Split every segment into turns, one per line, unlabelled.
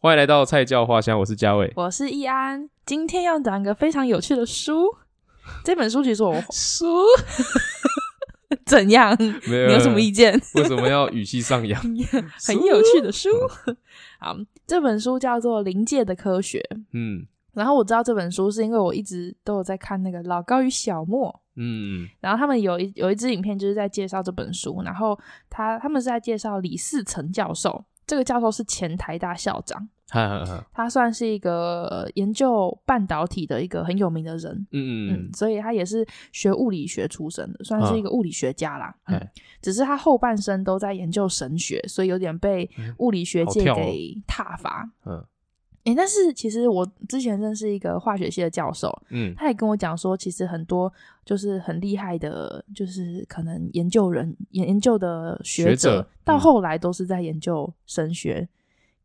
欢迎来到菜教花香，我是嘉伟。
我是易安，今天要讲一个非常有趣的书。这本书其实我
书
怎样？
没有
你有什么意？见？
为什么要语气上扬？
很有趣的书。 好，这本书叫做《临界的科学》。
嗯
然后我知道这本书是因为我一直都有在看那个老高与小莫，
嗯
然后他们有一有一支影片就是在介绍这本书，然后他他们是在介绍李嗣成教授，这个教授是前台大校长，
哈哈哈，
他算是一个呃研究半导体的一个很有名的人，
嗯
嗯
嗯，
所以他也是学物理学出身的，算是一个物理学家啦。
嗯
嗯只是他后半生都在研究神学，所以有点被
嗯
物理学界
好跳哦
给挞伐。
嗯
诶、但是其实我之前认识一个化学系的教授，
嗯
他也跟我讲说，其实很多就是很厉害的，就是可能研究人研研究的学
学者
到
嗯
后来都是在研究神学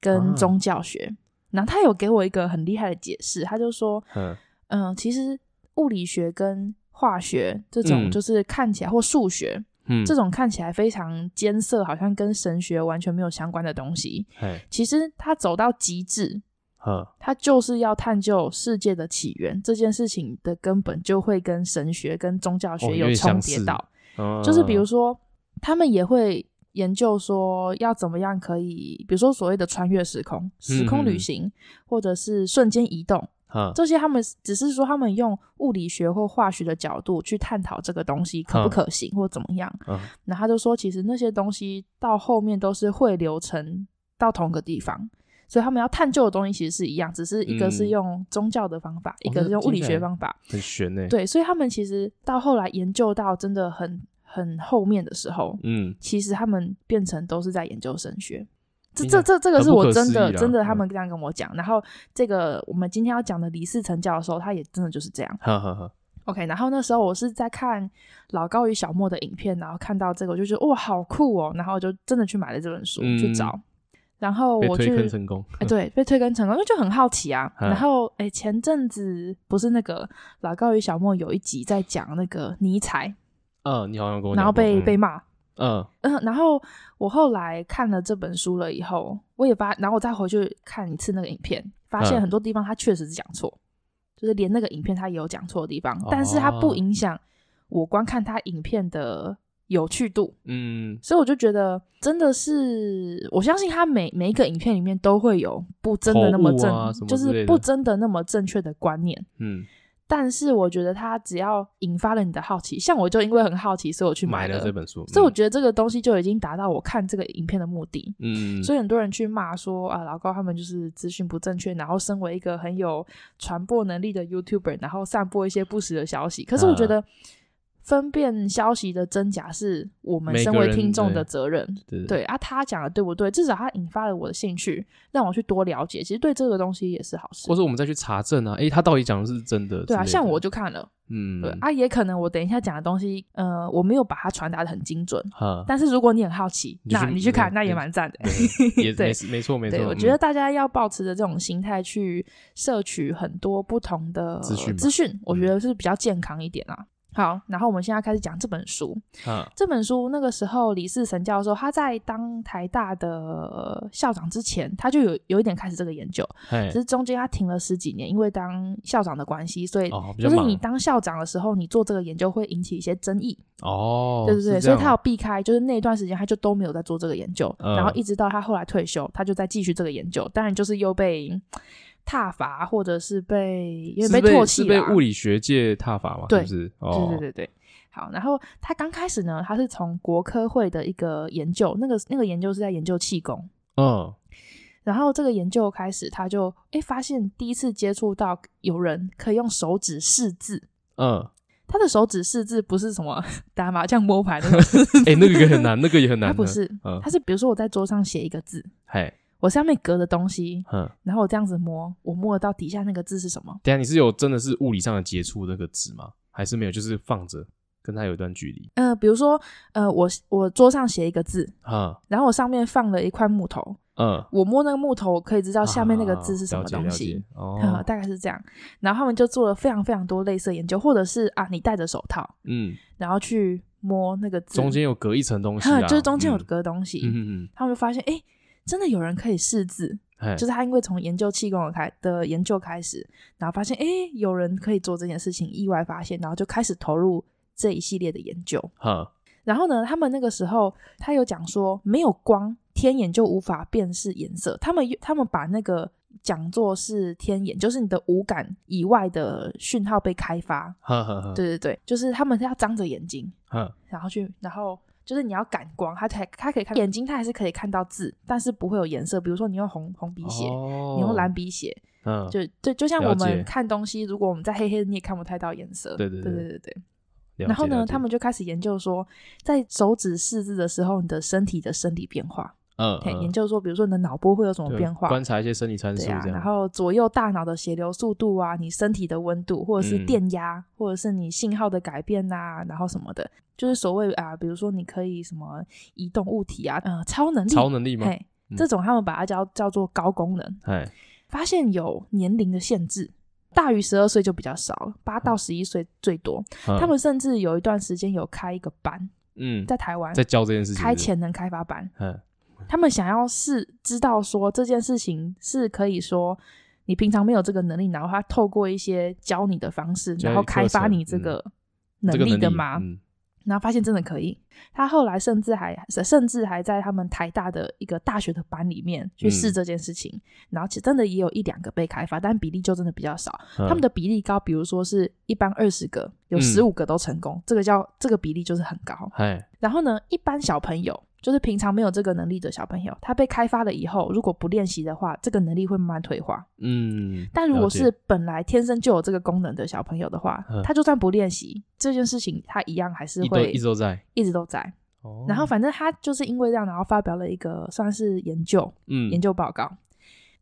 跟
啊
宗教学。然后他有给我一个很厉害的解释，他就说，
嗯
嗯，其实物理学跟化学这种，
嗯
就是看起来、或数学
嗯，
这种看起来非常艰涩，好像跟神学完全没有相关的东西，
哎
其实它走到极致，
哈
它就是要探究世界的起源这件事情的根本，就会跟神学跟宗教
哦
学
有
有
点
重
相
叠
似
到。
嗯
就是比如说，他们也会研究说要怎么样可以，比如说所谓的穿越时空、时空
嗯嗯
旅
嗯
行，或者是瞬间移动。
哈
这些他们只是说他们用物理学或化学的角度去探讨这个东西可不可行或怎么样。
嗯
然后他就说，其实那些东西到后面都是汇流成到同个地方，所以他们要探究的东西其实是一样，只是一个是
嗯
用宗教的方法，一
哦
个
那
是用物
听
理
起
学
来
方法。
很悬呢。，
对，所以他们其实到后来研究到真的很很后面的时候，
嗯
其实他们变成都是在研究神学。这
听起
这
来
这这个
很
是
不
我
可
真
思
的
议啦
真的，他
嗯
们这样跟我讲。然后这个我们今天要讲的李世成教授，他也真的就是这样。
哈哈哈，
OK，然后那时候我是在看老高与小莫的影片，然后看到这个，我就觉得哇，好酷哦！然后我就真的去买了这本书、去
嗯
找。然后
被
我
推
去
坑成功。
哎，对，被推更成功，因为就很好奇啊。
嗯
然后，哎，前阵子不是那个老高与小莫有一集在讲那个尼采，
嗯，你好像跟我讲过，
然后被
嗯
被骂。
嗯
嗯，然后我后来看了这本书了以后，我也发，然后我再回去看一次那个影片，发现
嗯
很多地方他确实是讲错，就是连那个影片他也有讲错的地方，但是他不
哦
影响我观看他影片的有趣度。
嗯
所以我就觉得，真的是我相信他每每一个影片里面都会有不真的那么正，
口误啊什么
就
之类的
是不真的那么正确的观念。
嗯，
但是我觉得他只要引发了你的好奇，像我就因为很好奇，所以我去
买
了。
了这本书，
所以我
嗯
觉得这个东西就已经达到我看这个影片的目的。
嗯嗯
所以很多人去骂说啊，老高他们就是资讯不正确，然后身为一个很有传播能力的 YouTuber，然后散播一些不实的消息。可是我觉
啊
得分辨消息的真假是我们
每
身
个
为
人
听众的
对
责任。
对
对啊，他讲的对不对？至少他引发了我的兴趣，让我去多了解。其实对这个东西也是好事
或。者我们再去查证啊，诶，他到底讲的是真的之类的？
对啊，像我就看了，
嗯
对、啊，也可能我等一下讲的东西，呃，我没有把它传达的很精准。
哈，
但是如果你很好奇，
啊你就
那
去
你去看，
对
那也
对
蛮赞的。
对也
对
没事没错没错，
对，我
嗯
觉得大家要保持着这种心态去摄取很多不同的
资讯吧嗯
资讯，我觉得是比较健康一点啊。好，然后我们现在开始讲这本书。
哈
这本书那个时候，李世成教授他在当台大的呃校长之前，他就有有一点开始这个研究，
嘿
只是中间他停了十几年，因为当校长的关系，所以
哦，比
就
较
是
忙
你当校长的时候，你做这个研究会引起一些争议。
哦，
对对
是
对，
这
所以
样
他有避开，就是那一段时间他就都没有在做这个研究，
嗯
然后一直到他后来退休，他就在继续这个研究，当然就是又被嗯挞伐或者是被因为
是被
唾弃
是被
啦
物理学界踏伐嘛？是
对
不是？
对
哦，
对对对。好，然后他刚开始呢，他是从国科会的一个研究，那个那个研究是在研究气功，
嗯，
然后这个研究开始，他就诶发现第一次接触到有人可以用手指试字，
嗯，
他的手指试字不是什么 打麻将摸牌那 种试字，
哎，那个也很难，那个也很难
他
呢。
啊不是，
嗯
他是比如说我在桌上写一个字，
嘿，
我上面隔的东西，
嗯，
然后我这样子摸，我摸得到底下那个字是什么？
等一下你是有真的是物理上的接触那个纸吗？还是没有？就是放着跟他有一段距离
呃，比如说，呃，我我桌上写一个字，
啊？
然后我上面放了一块木头，
嗯，啊
我摸那个木头，我可以知道
到
下面那个字是什么东 西。呃
哦，
大概是这样，然后他们就做了非常非常多类似的研究，或者是啊，你戴着手套，
嗯，
然后去摸那个字，
中间有隔一层东西
哈
啦，
就是中间有
嗯
隔东西，
嗯嗯嗯
他们就发现，哎，真的有人可以试字，
嗯哎
就是他因为从研究气功的开的研究开始，然后发现诶有人可以做这件事情，意外发现，然后就开始投入这一系列的研究。
哈，
然后呢，他们那个时候他有讲说，没有光，天眼就无法辨识颜色。他们他们把那个讲座是天眼，就是你的五感以外的讯号被开发。
哈哈哈，
对对对，就是他们要张着眼睛，
哈，
然后去，然后就是你要感光，它才它可以看眼睛，它还是可以看到字，但是不会有颜色。比如说你用红红笔写，
哦
你用蓝，笔写，
嗯，
就对，就像
了
我
解
们看东西，如果我们在黑黑的，你也看不太到颜色。
对对
对
对
对对对。
了
然后
解
呢，
了解
他们就开始研究说，在手指识字的时候，你的身体的生理变化，
嗯
嘿，研
嗯
究说，比如说你的脑波会有什么
对
变化，
观察一些生理参数
对
这
啊，
样，
然后左右大脑的血流速度啊，你身体的温度，或者是
嗯
电压，或者是你信号的改变呐、然后什么的，就是所谓啊，比如说你可以什么移动物体啊，呃，超能力，
超能力吗？
嘿，
嗯
这种他们把它叫叫做高功能。
哎，
发现有年龄的限制，大于十二岁就比较少了，八到十一岁最多。他
他
们甚至有一段时间有开一个班，
嗯
在台湾
在教这件事情，
开，潜能开发班，
嗯，
他们想要是知道说这件事情是可以说你平常没有这个能力，然后他透过一些教你的方式，
教育
然后开
课
发
程
你这个
嗯这
能
个
力的
能
嘛。
嗯
然后发现真的可以，他后来甚至还甚至还在他们台大的一个大学的班里面去
嗯
试这件事情，然后其实真的也有一两个被开发，但比例就真的比较少。
嗯
他们的比例高，比如说是一般二十个有
嗯
十五个都成功，这个叫这个比例就是很高。
哎，
然后呢，一般小朋友就是平常没有这个能力的小朋友，他被开发了以后，如果不练习的话，这个能力会慢慢退化。
嗯，
但如果
了解
是本来天生就有这个功能的小朋友的话
嗯，
他就算不练习这件事情，他一样还是
一都
会
一直都在，
一直都在。
哦
然后反正他就是因为这样，然后发表了一个算是研究
嗯
研究报告。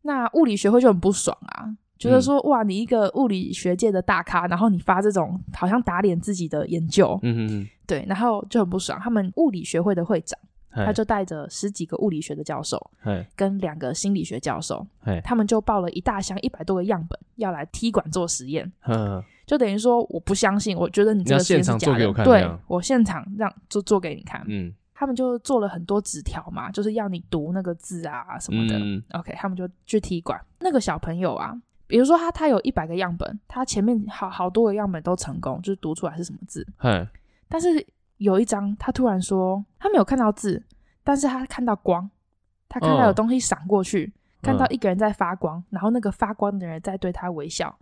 那物理学会就很不爽啊，觉
嗯
得说哇，你一个物理学界的大咖，然后你发这种好像打脸自己的研究，
嗯嗯，
对，然后就很不爽。他们物理学会的会长。
他
他就带着十几个物理学的教授
哎
跟两个心理学教授，
哎，
他们就抱了一大箱一百多个样本要来踢馆做实验，
嗯
就等于说我不相信，我觉得你这
你要
个实验是
现场
假
做
的
给我看这
对
样
我现场让做做给你看。
嗯
他们就做了很多纸条嘛，就是要你读那个字啊什么的。
嗯
OK，他们就去踢馆。那个小朋友啊，比如说他他有一百个样本，他前面好好多个样本都成功，就是读出来是什么字，
哎
但是有一张，他突然说他没有看到字，但是他看到光，他看到
哦
有东西闪过去，看
嗯
到一个人在发光，然后那个发光的人在对他微笑，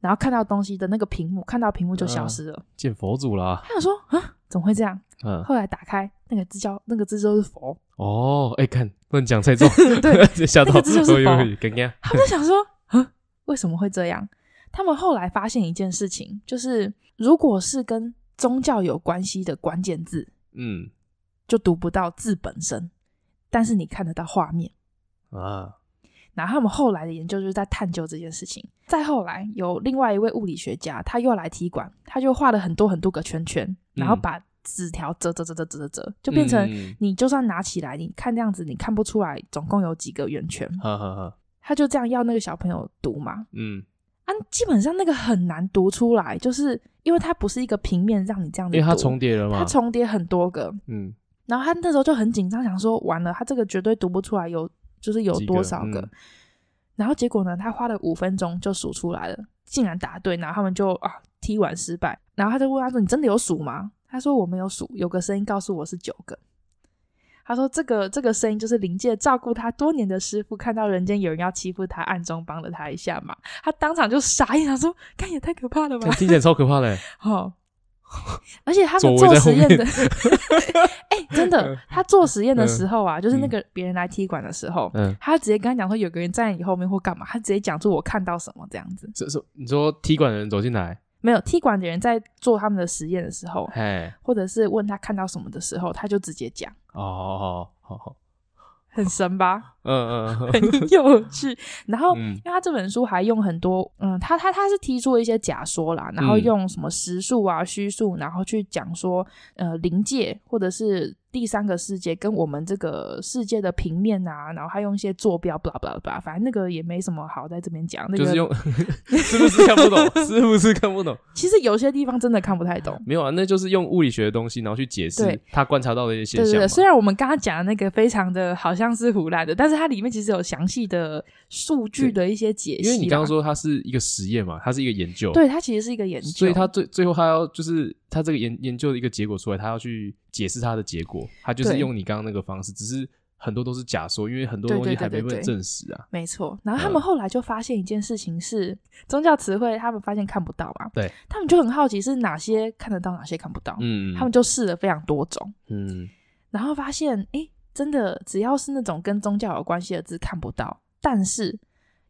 然后看到东西的那个屏幕，看到屏幕就
嗯
消失了。
见佛祖啦，
他想说啊，怎么会这样？
嗯
后来打开那个字叫那个字就是佛，
哦，哎看不能讲太重，
对，
吓到
那个字就是
哎呦
佛
哎呦
他们就想说啊，为什么会这样？他们后来发现一件事情，就是如果是跟宗教有关系的关键字，
嗯
就读不到字本身，但是你看得到画面。
啊
然后他们后来的研究就是在探究这件事情。再后来有另外一位物理学家，他又来踢馆，他就画了很多很多个圈圈，然后把纸条折折折折折折折，就变成
嗯
你就算拿起来，你看这样子，你看不出来总共有几个圆圈。
哈哈哈，
他就这样要那个小朋友读嘛，
嗯，
啊，基本上那个很难读出来，就是因为它不是一个平面让你这样
因
子读，
为它重叠了嘛，
它重叠很多个，
嗯
然后他那时候就很紧张，想说完了，他这个绝对读不出来有就是有多少
几
个。
个嗯
然后结果呢，他花了五分钟就数出来了，竟然答对，然后他们就啊踢完失败，然后他就问他说：“你真的有数吗？”他说：“我没有数，有个声音告诉我是九个。”他说：“这个这个声音就是灵界照顾他多年的师傅，看到人间有人要欺负他，暗中帮了他一下嘛。”他当场就傻眼，他说：“看也太可怕了吧
看！”听起来超可怕的，
哦， 而且他
左
们
围
做
在后
实验
面
的， 哎、真的，他做实验的时候啊，就是那
嗯
个别人来踢馆的时候，
嗯。
他直接跟他讲说有个人站在你后面或干嘛，他直接讲出我看到什么这样子。
这是你说踢馆的人走进来，
没有踢馆的人在做他们的实验的时候，
嘿，
或者是问他看到什么的时候，他就直接讲，
哦哦哦哦哦，
很神吧，
嗯嗯
很有趣。然后。
嗯
因为他这本书还用很多，嗯，他他他是提出了一些假说啦，然后
嗯
用什么实数啊、虚数，然后去讲说，呃，灵界或者是第三个世界跟我们这个世界的平面啊，然后他用一些坐标，blah blah blah，反正那个也没什么好在这边讲，那
嗯，
个、
就是用是不是看不懂？是不是看不懂？
其实有些地方真的看不太懂。
没有啊，那就是用物理学的东西，然后去解释
对
他观察到的一些
对
现
对
象嘛。
对，虽然我们刚刚讲的那个非常的好像是胡乱的，但是就是它里面其实有详细的数据的一些解析啦。
因为你刚刚说它是一个实验嘛，它是一个研究，
对，它其实是一个研究，
所以他最最后他要就是他这个研研究的一个结果出来，他要去解释他的结果，他就是
对
用你刚刚那个方式，只是很多都是假说，因为很多
对
东西
对
还
对
没
对
被
对
证实啊。
没错。然后他们后来就发现一件事情是，宗教词汇他们发现看不到嘛，
对，
他们就很好奇是哪些看得到，哪些看不到，
嗯，
他们就试了非常多种，
嗯
然后发现，诶，真的只要是那种跟宗教有关系的字看不到，但是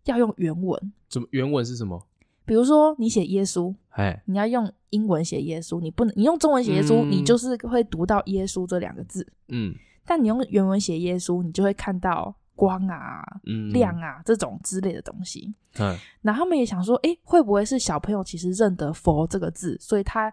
要用原文，
怎么原文是什么？
比如说你写耶稣，
哎，
你要用英文写耶稣，你不能你用中文写耶稣，
嗯
你就是会读到耶稣这两个字，
嗯
但你用原文写耶稣，你就会看到光啊、
嗯，
亮啊这种之类的东西。
嗯
然后他们也想说，诶，会不会是小朋友其实认得“佛”这个字，所以他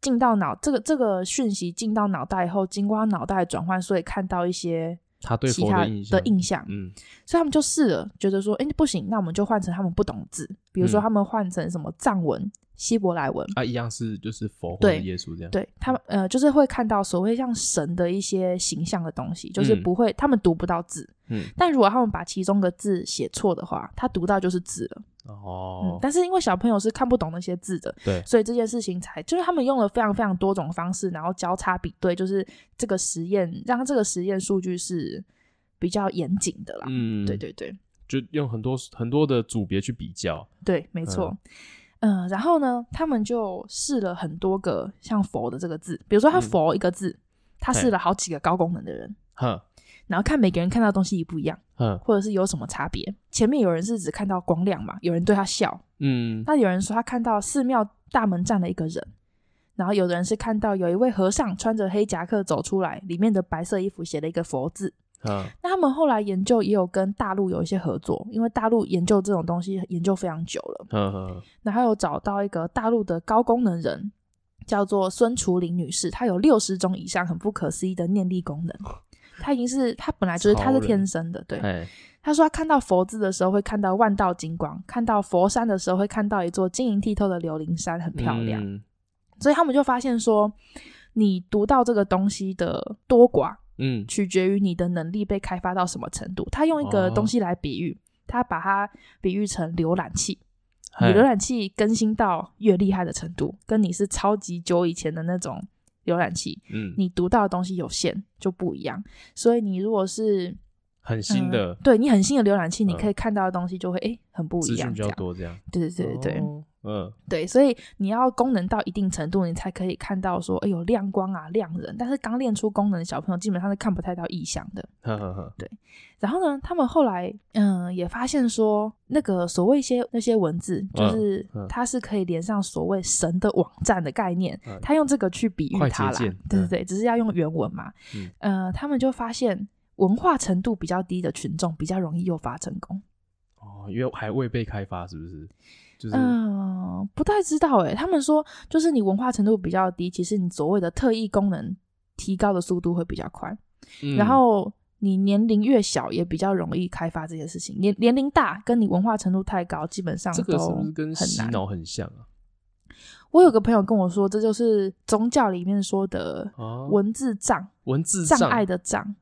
进到脑这个这个讯息进到脑袋以后，经过他脑袋的转换，所以看到一些
他对
其
佛
他
的印象
的印象。
嗯
所以他们就试了，觉得说，诶，不行，那我们就换成他们不懂字，比如说
嗯
他们换成什么藏文、希伯来文。
啊，一样是就是佛或者
对
耶稣这样。
对他们，呃，就是会看到所谓像神的一些形象的东西，就是
嗯
不会，他们读不到字。
嗯
但如果他们把其中的字写错的话，他读到就是字了。嗯
哦，
但是因为小朋友是看不懂那些字的，
对
所以这件事情才就是他们用了非常非常多种方式，然后交叉比对，就是这个实验让这个实验数据是比较严谨的啦。
嗯，
对，对对
就用很多很多的组别去比较。
对，没错。嗯、然后呢，他们就试了很多个像“佛”的这个字，比如说他“
嗯
佛”一个字，他
对
试了好几个高功能的人，
哼
然后看每个人看到的东西一不一样，
哼
或者是有什么差别。前面有人是只看到光亮嘛，有人对他笑，
嗯
那有人说他看到寺庙大门站了一个人，然后有的人是看到有一位和尚穿着黑夹克走出来，里面的白色衣服写了一个佛字。
哼
那他们后来研究也有跟大陆有一些合作，因为大陆研究这种东西研究非常久了，
哼哼，
然后有找到一个大陆的高功能人。叫做孙楚林女士，她有六十种以上很不可思议的念力功能。她已经是她本来就是她
哦
是
超人
天生的， 对。
哎，
他说他看到佛字的时候会看到万道金光，看到佛山的时候会看到一座晶莹剔透的柳林山，很漂亮。
嗯
所以他们就发现说，你读到这个东西的多寡，
嗯
取决于你的能力被开发到什么程度。他用一个
哦
东西来比喻，他把它比喻成浏览器。你
嘿
浏览器更新到越厉害的程度，跟你是超级久以前的那种浏览器，
嗯，
你读到的东西有限就不一样。所以你如果是
很新的
嗯、对你很新的浏览器，你
嗯
可以看到的东西就会诶很不一
资讯
样，
比
这
较
样
多这样。
对对对对对、
哦，嗯
对，所以你要功能到一定程度，你才可以看到说哎有亮光啊亮人，但是刚练出功能的小朋友基本上是看不太到异象的。
呵呵呵，
然后呢，他们后来嗯也发现说，那个所谓一些那些文字，就
嗯
是
嗯
它是可以连上所谓神的网站的概念，
嗯
他用这个去比喻
快
它
捷
啦
键，
对对对，只是要用原文嘛。
嗯
呃，他们就发现文化程度比较低的群众比较容易诱发成功。
哦，因为还未被开发，是不是？就是
嗯，不太知道诶、他们说，就是你文化程度比较低，其实你所谓的特异功能提高的速度会比较快，
嗯
然后你年龄越小也比较容易开发这件事情。年年龄大跟你文化程度太高，基本上
这
都
个是不是跟
很
洗
难。
脑很像啊？
我有个朋友跟我说，这就是宗教里面说的
啊，
文字障，
文字
障碍的障，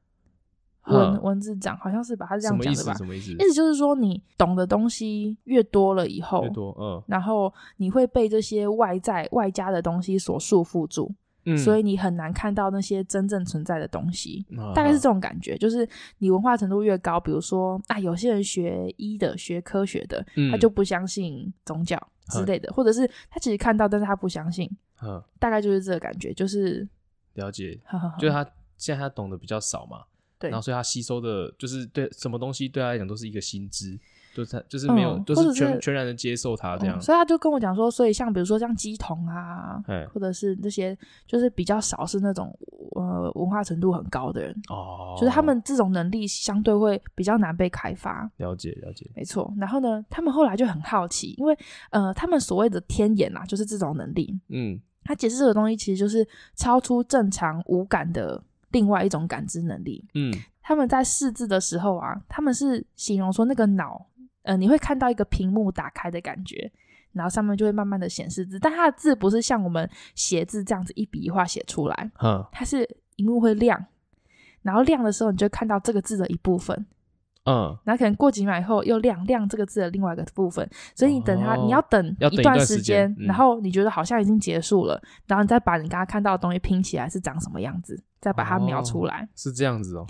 文
嗯
文字障，好像是把它这
什
样
么
讲
意
的
思？
吧？
什么意思？
意思就是说，你懂的东西越多了以后
越，多，
然后你会被这些外在外加的东西所束缚住，
嗯，
所
以
以你很难看到那些真正存在的东西。
嗯
大概是这种感觉，就是你文化程度越高，比如说啊，有些人学医的、学科学的，
嗯
他就不相信宗教之类的，或者是他其实看到，但是他不相信，
嗯
大概就是这个感觉，就是
了解，
呵呵呵
就是他现在他懂得比较少嘛，
对
然后所以他吸收的，就是对什么东西对他来讲都是一个新知，就是他就是没有，
嗯
就
或者是
全全然的接受它这样
嗯，，所以他就跟我讲说，所以像比如说像鸡童啊，
哎
或者是这些，就是比较少是那种呃文化程度很高的人，
哦，
就是他们这种能力相对会比较难被开发，
了解了解，
没错。然后呢，他们后来就很好奇，因为呃，他们所谓的天眼啊，就是这种能力，
嗯
它解释这个东西其实就是超出正常五感的另外一种感知能力。
嗯
他们在识字的时候啊，他们是形容说那个脑，呃，你会看到一个屏幕打开的感觉。然后上面就会慢慢的显示字，但它的字不是像我们写字这样子一笔一画写出来，
哼
它是荧幕会亮，然后亮的时候你就会看到这个字的一部分，
嗯，
然后可能过几秒以后又亮亮这个字的另外一个部分，所以你等它，
哦
你要等
要等一
段
段
时
时间嗯
然后你觉得好像已经结束了，然后你再把你刚刚看到的东西拼起来是长什么样子，再把它描出来，
是这样子哦。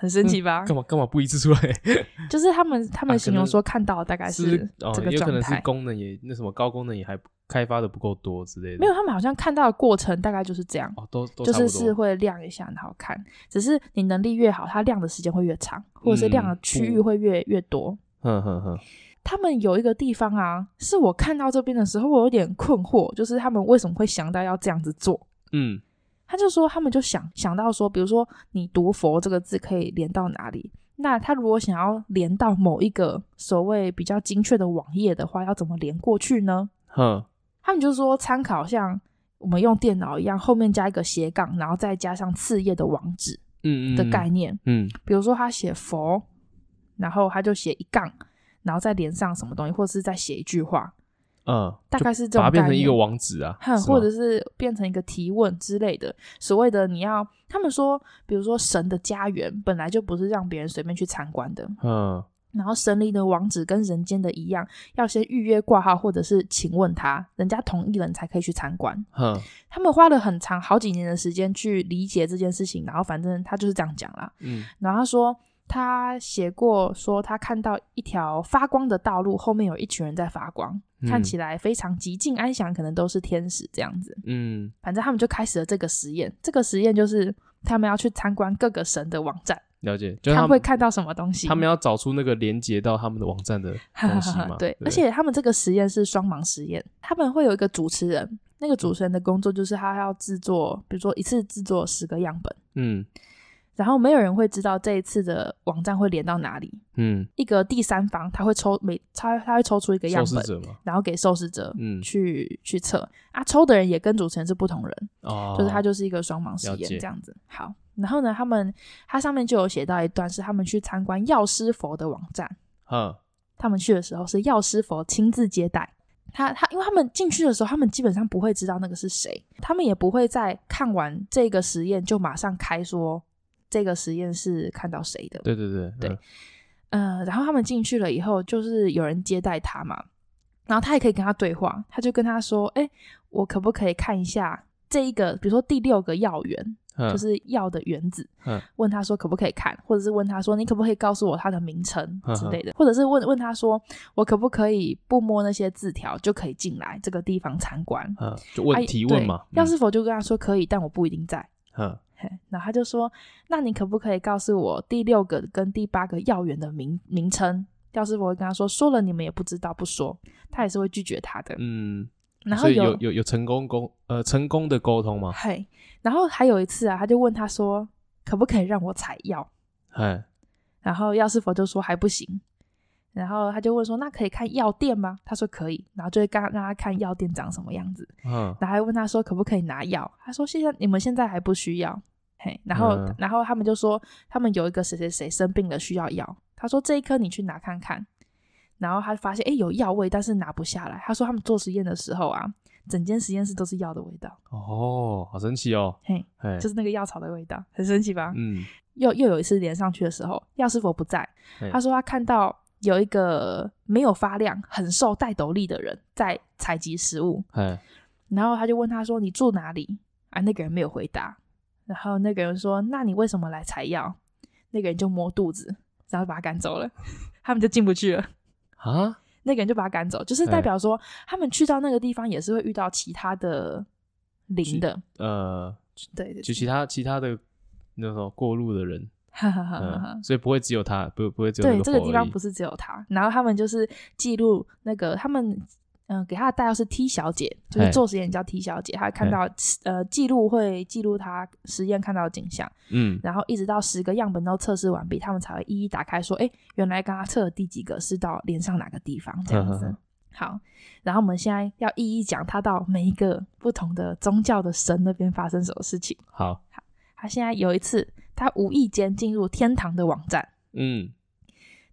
很神奇吧？
干嘛干嘛不一次出来？
就是他们他
嗯啊
们
可
形容
能
说看到的大概
是哦
这，个
也有可
状
能
态
是，功能也那什么高功能也还开发的不够多之类的。
没有，他们好像看到的过程大概就是这样，
哦，都都
就
差不
是是
多
会亮一下然后看，只是你能力越好，它亮的时间会越长，或者是亮的
嗯
区
不
域会越越多。
哼哼哼，
他们有一个地方啊，是我看到这边的时候，我有点困惑，就是他们为什么会想到要这样子做？
嗯
他就说，他们就想想到说，比如说你读“佛”这个字可以连到哪里？那他如果想要连到某一个所谓比较精确的网页的话，要怎么连过去呢？
哼，
他们就说参考像我们用电脑一样，后面加一个斜杠，然后再加上次页的网址
嗯嗯
的概
念，
念。
嗯
比如说他写佛，然后他就写一杠，然后再连上什么东西，或是再写一句话。
嗯，
大
就
概是这
把它
种
变
概
成一个
念，
网址啊
哼，，
是
或
吗
者是变成一个提问之类的。所谓的你要，他们说，比如说神的家园本来就不是让别人随便去参观的，
嗯
然后神灵的网址跟人间的一样，要先预约挂号或者是请问他，人家同意了你才可以去参观。
哼
他们花了很长好几年的时间去理解这件事情，然后反正他就是这样讲啦。
嗯
然后他说他写过说他看到一条发光的道路，后面有一群人在发光，
嗯
看起来非常极尽安详，可能都是天使这样子。
嗯
反正他们就开始了这个实验，这个实验就是他们要去参观各个神的网站，
了解，就是
看
他
会
们
看到什么东西。
他们要找出那个连接到他们的网站 的
哈
东
哈
西
哈
嘛，，
对，而且他们这个实验是双盲实验，他们会有一个主持人，那个主持人的工作就是他要制作，比如说一次制作十个样本，
嗯
然后没有人会知道这一次的网站会连到哪里，
嗯，
一个第三方，他会抽每他他会抽出一个样
受试
本，
者嘛，
然后给受试者
嗯
去、去测啊，抽的人也跟主持人是不同人，
哦，
就是他就是一个双盲实
了
验
解
这样子。好，然后呢，他们它上面就有写到一段是他们去参观药师佛的网站，
哼
他们去的时候是药师佛亲自接待。他他，因为他们进去的时候，他们基本上不会知道那个是谁，他们也不会在看完这个实验就马上开说这个实验是看到谁的。
对对对
对
嗯
呃，然后他们进去了以后，就是有人接待他嘛，然后他也可以跟他对话，他就跟他说：“哎，我可不可以看一下这一个，比如说第六个药源，
哼
就是药的原子？”
嗯
问他说可不可以看，或者是问他说你可不可以告诉我它的名称
嗯
之类的，或者是问问他说我可不可以不摸那些字条就可以进来这个地方参观？
嗯，就
哎
问提问
对
嘛，
药
嗯
师佛就跟他说可以，但我不一定在。
哼
嘿，然后他就说：“那你可不可以告诉我第六个跟第八个药源的名名称？”药师傅会跟他说：“说了你们也不知道，不说。”他也是会拒绝他的。
嗯，
然后
所以
有
有有有成功沟呃成功的沟通嘛，
嘿，然后还有一次啊，他就问他说：“可不可以让我采药
哎，？”
然后药师傅就说：“还不行。”然后他就问说：“那可以看药店吗？”他说：“可以。”然后就会刚让他看药店长什么样子。
嗯
然后还问他说可不可以拿药，他说现在你们现在还不需要，嘿，然后、
嗯
然后他们就说他们有一个谁谁谁生病了需要药，他说这一颗你去拿看看，然后他发现哎有药味，但是拿不下来，他说他们做实验的时候啊，整间实验室都是药的味道，
哦，好神奇哦，
嘿，
哎，
就是那个药草的味道，很神奇吧？
嗯
又又有一次连上去的时候，药师佛不在
嘿，
他说他看到有一个没有发亮、很瘦、戴斗笠的人在采集食物，
哎
然后他就问他说：“你住哪里？”啊，那个人没有回答。然后那个人说：“那你为什么来采药？”那个人就摸肚子，然后把他赶走了。 他们就进不去了。
啊，
那个人就把他赶走，就是代表说、他们去到那个地方也是会遇到其他的灵的。
呃，
对对，
就
对
其他其他的那种过路的人，
哈哈哈哈哈
嗯，。所以不会只有他，不不会只有
对，
那
这
个
个
佛
地
而
方
已
不是只有他。然后他们就是记录那个他们。嗯，给他的代号是 T 小姐，就是
嘿
做实验叫 T 小姐，她看
嘿
到呃记录会记录她实验看到的景象，
嗯
然后一直到十个样本都测试完毕，他们才会一一打开说，哎，原来刚刚测的第几个是到连上哪个地方这样
呵呵
子
呵。
好，然后我们现在要一一讲他到每一个不同的宗教的神那边发生什么事情。
好
他现在有一次，他无意间进入天堂的网站，
嗯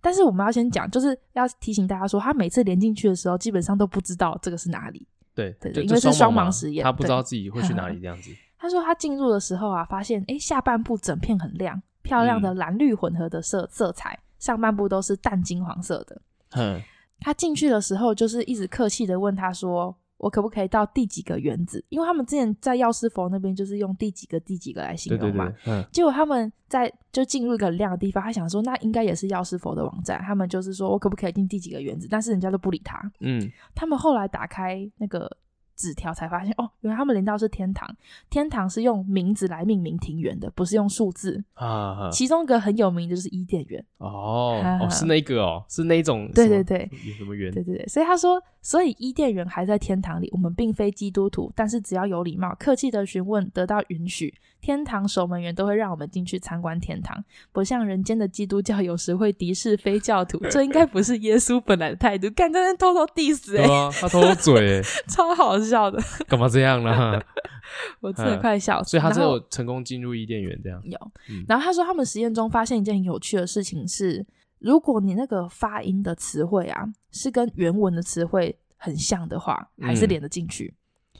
但是我们要先讲，就是要提醒大家说，他每次连进去的时候，基本上都不知道这个是哪里。
对
对
就
因
就
为是双
盲
盲
嘛
实验
他不知
对嗯
道自己会去哪里这样 子，
他说他进入
嗯
的时候啊，发现哎下半部整片很亮，漂亮的蓝绿混合的色色彩，上半部都是淡金黄色的。嗯
哼，
他进去的时候，就是一直客气的问他说：“我可不可以到第几个原子？”因为他们之前在药师佛那边就是用第几个、第几个来形
对对
容嘛。
对，嗯，
结果他们在就进入一个很亮的地方，他想说那应该也是药师佛的网站，他们就是说我可不可以进第几个原子，但是人家都不理他。
嗯，
他们后来打开那个纸条才发现，哦，原来他们连到是天堂，天堂是用名字来命名庭园的，不是用数字。
啊，哈
其中一个很有名的就是伊甸园，
哦，
哈哈
哦， 是那个哦，是那一种，
对对，对。
有什么缘？
对对对，所以他说，所以伊甸园还在天堂里，我们并非基督徒，但是只要有礼貌、客气的询问，得到允许，天堂守门员都会让我们进去参观天堂，不像人间的基督教有时会敌视非教徒，这应该不是耶稣本来的态度。干，真的偷偷 diss 哎、
对啊，他偷嘴欸，
超好笑的，
干嘛这样啦？
我真的快笑死。
嗯所以他
然
是
后
有成功进入伊甸园这样。
有
嗯，
然后他说他们实验中发现一件很有趣的事情是，如果你那个发音的词汇啊是跟原文的词汇很像的话，还是
嗯
连得进去。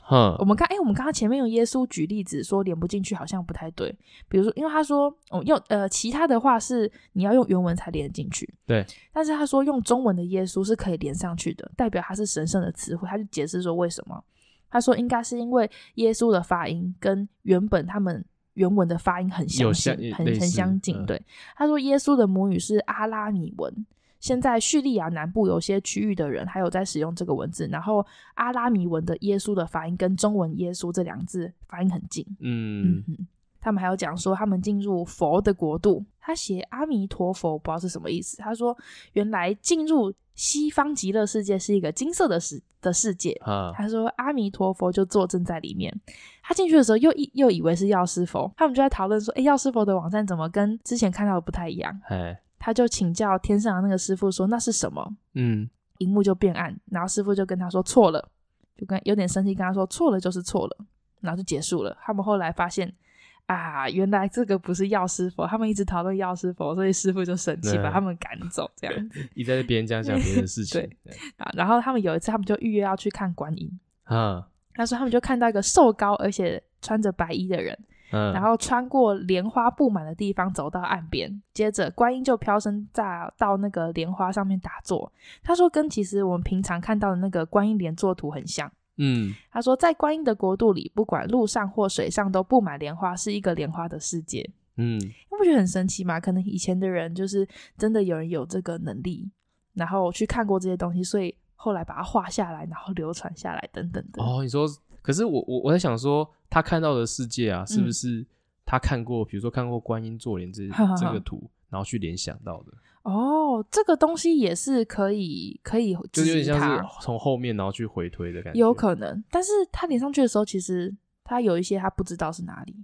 哼
我，们刚哎、我们刚刚前面用耶稣举例子说连不进去好像不太对，比如说，因为他说哦用呃其他的话是你要用原文才连得进去，
对，
但是他说用中文的耶稣是可以连上去的，代表它是神圣的词汇，他就解释说为什么。他说应该是因为耶稣的发音跟原本他们原文的发音很相
有
近
相，
很
类似
很相近。
嗯
对，他说耶稣的母语是阿拉米文。现在叙利亚南部有些区域的人还有在使用这个文字，然后阿拉米文的耶稣的发音跟中文耶稣这两字发音很近。
嗯，
嗯，他们还有讲说他们进入佛的国度，他写阿弥陀佛，不知道是什么意思。他说原来进入西方极乐世界是一个金色的世的世界。
啊，
他说阿弥陀佛就坐镇在里面。他进去的时候又以又以为是药师佛，他们就在讨论说，哎，药师佛的网站怎么跟之前看到的不太一样？
哎，
他就请教天上的那个师傅说那是什么？
嗯，
荧幕就变暗，然后师傅就跟他说错了，就跟有点生气跟他说错了就是错了，然后就结束了。他们后来发现啊，原来这个不是药师佛，他们一直讨论药师佛，所以师傅就生气
对
把他们赶走这样子
一直在别人家讲别人的事情。
对啊。然后他们有一次他们就预约要去看观音，
啊，
他说他们就看到一个瘦高而且穿着白衣的人，
嗯，
然后穿过莲花布满的地方走到岸边，接着观音就飘身在到那个莲花上面打坐。他说跟其实我们平常看到的那个观音莲坐图很像。
嗯，
他说在观音的国度里，不管路上或水上都布满莲花，是一个莲花的世界。
嗯，
你不觉得很神奇吗？可能以前的人就是真的有人有这个能力，然后去看过这些东西，所以后来把它画下来，然后流传下来等等的。
哦，你说，可是我我我在想说，他看到的世界啊，是不
嗯
是他看过，比如说看过观音坐莲这这个图，然后去联想到的，
哦，这个东西也是可以可以
就
质
有点
疑
像
它
是，从后面然后去回推的感觉。
有可能。但是他连上去的时候，其实他有一些他不知道是哪里。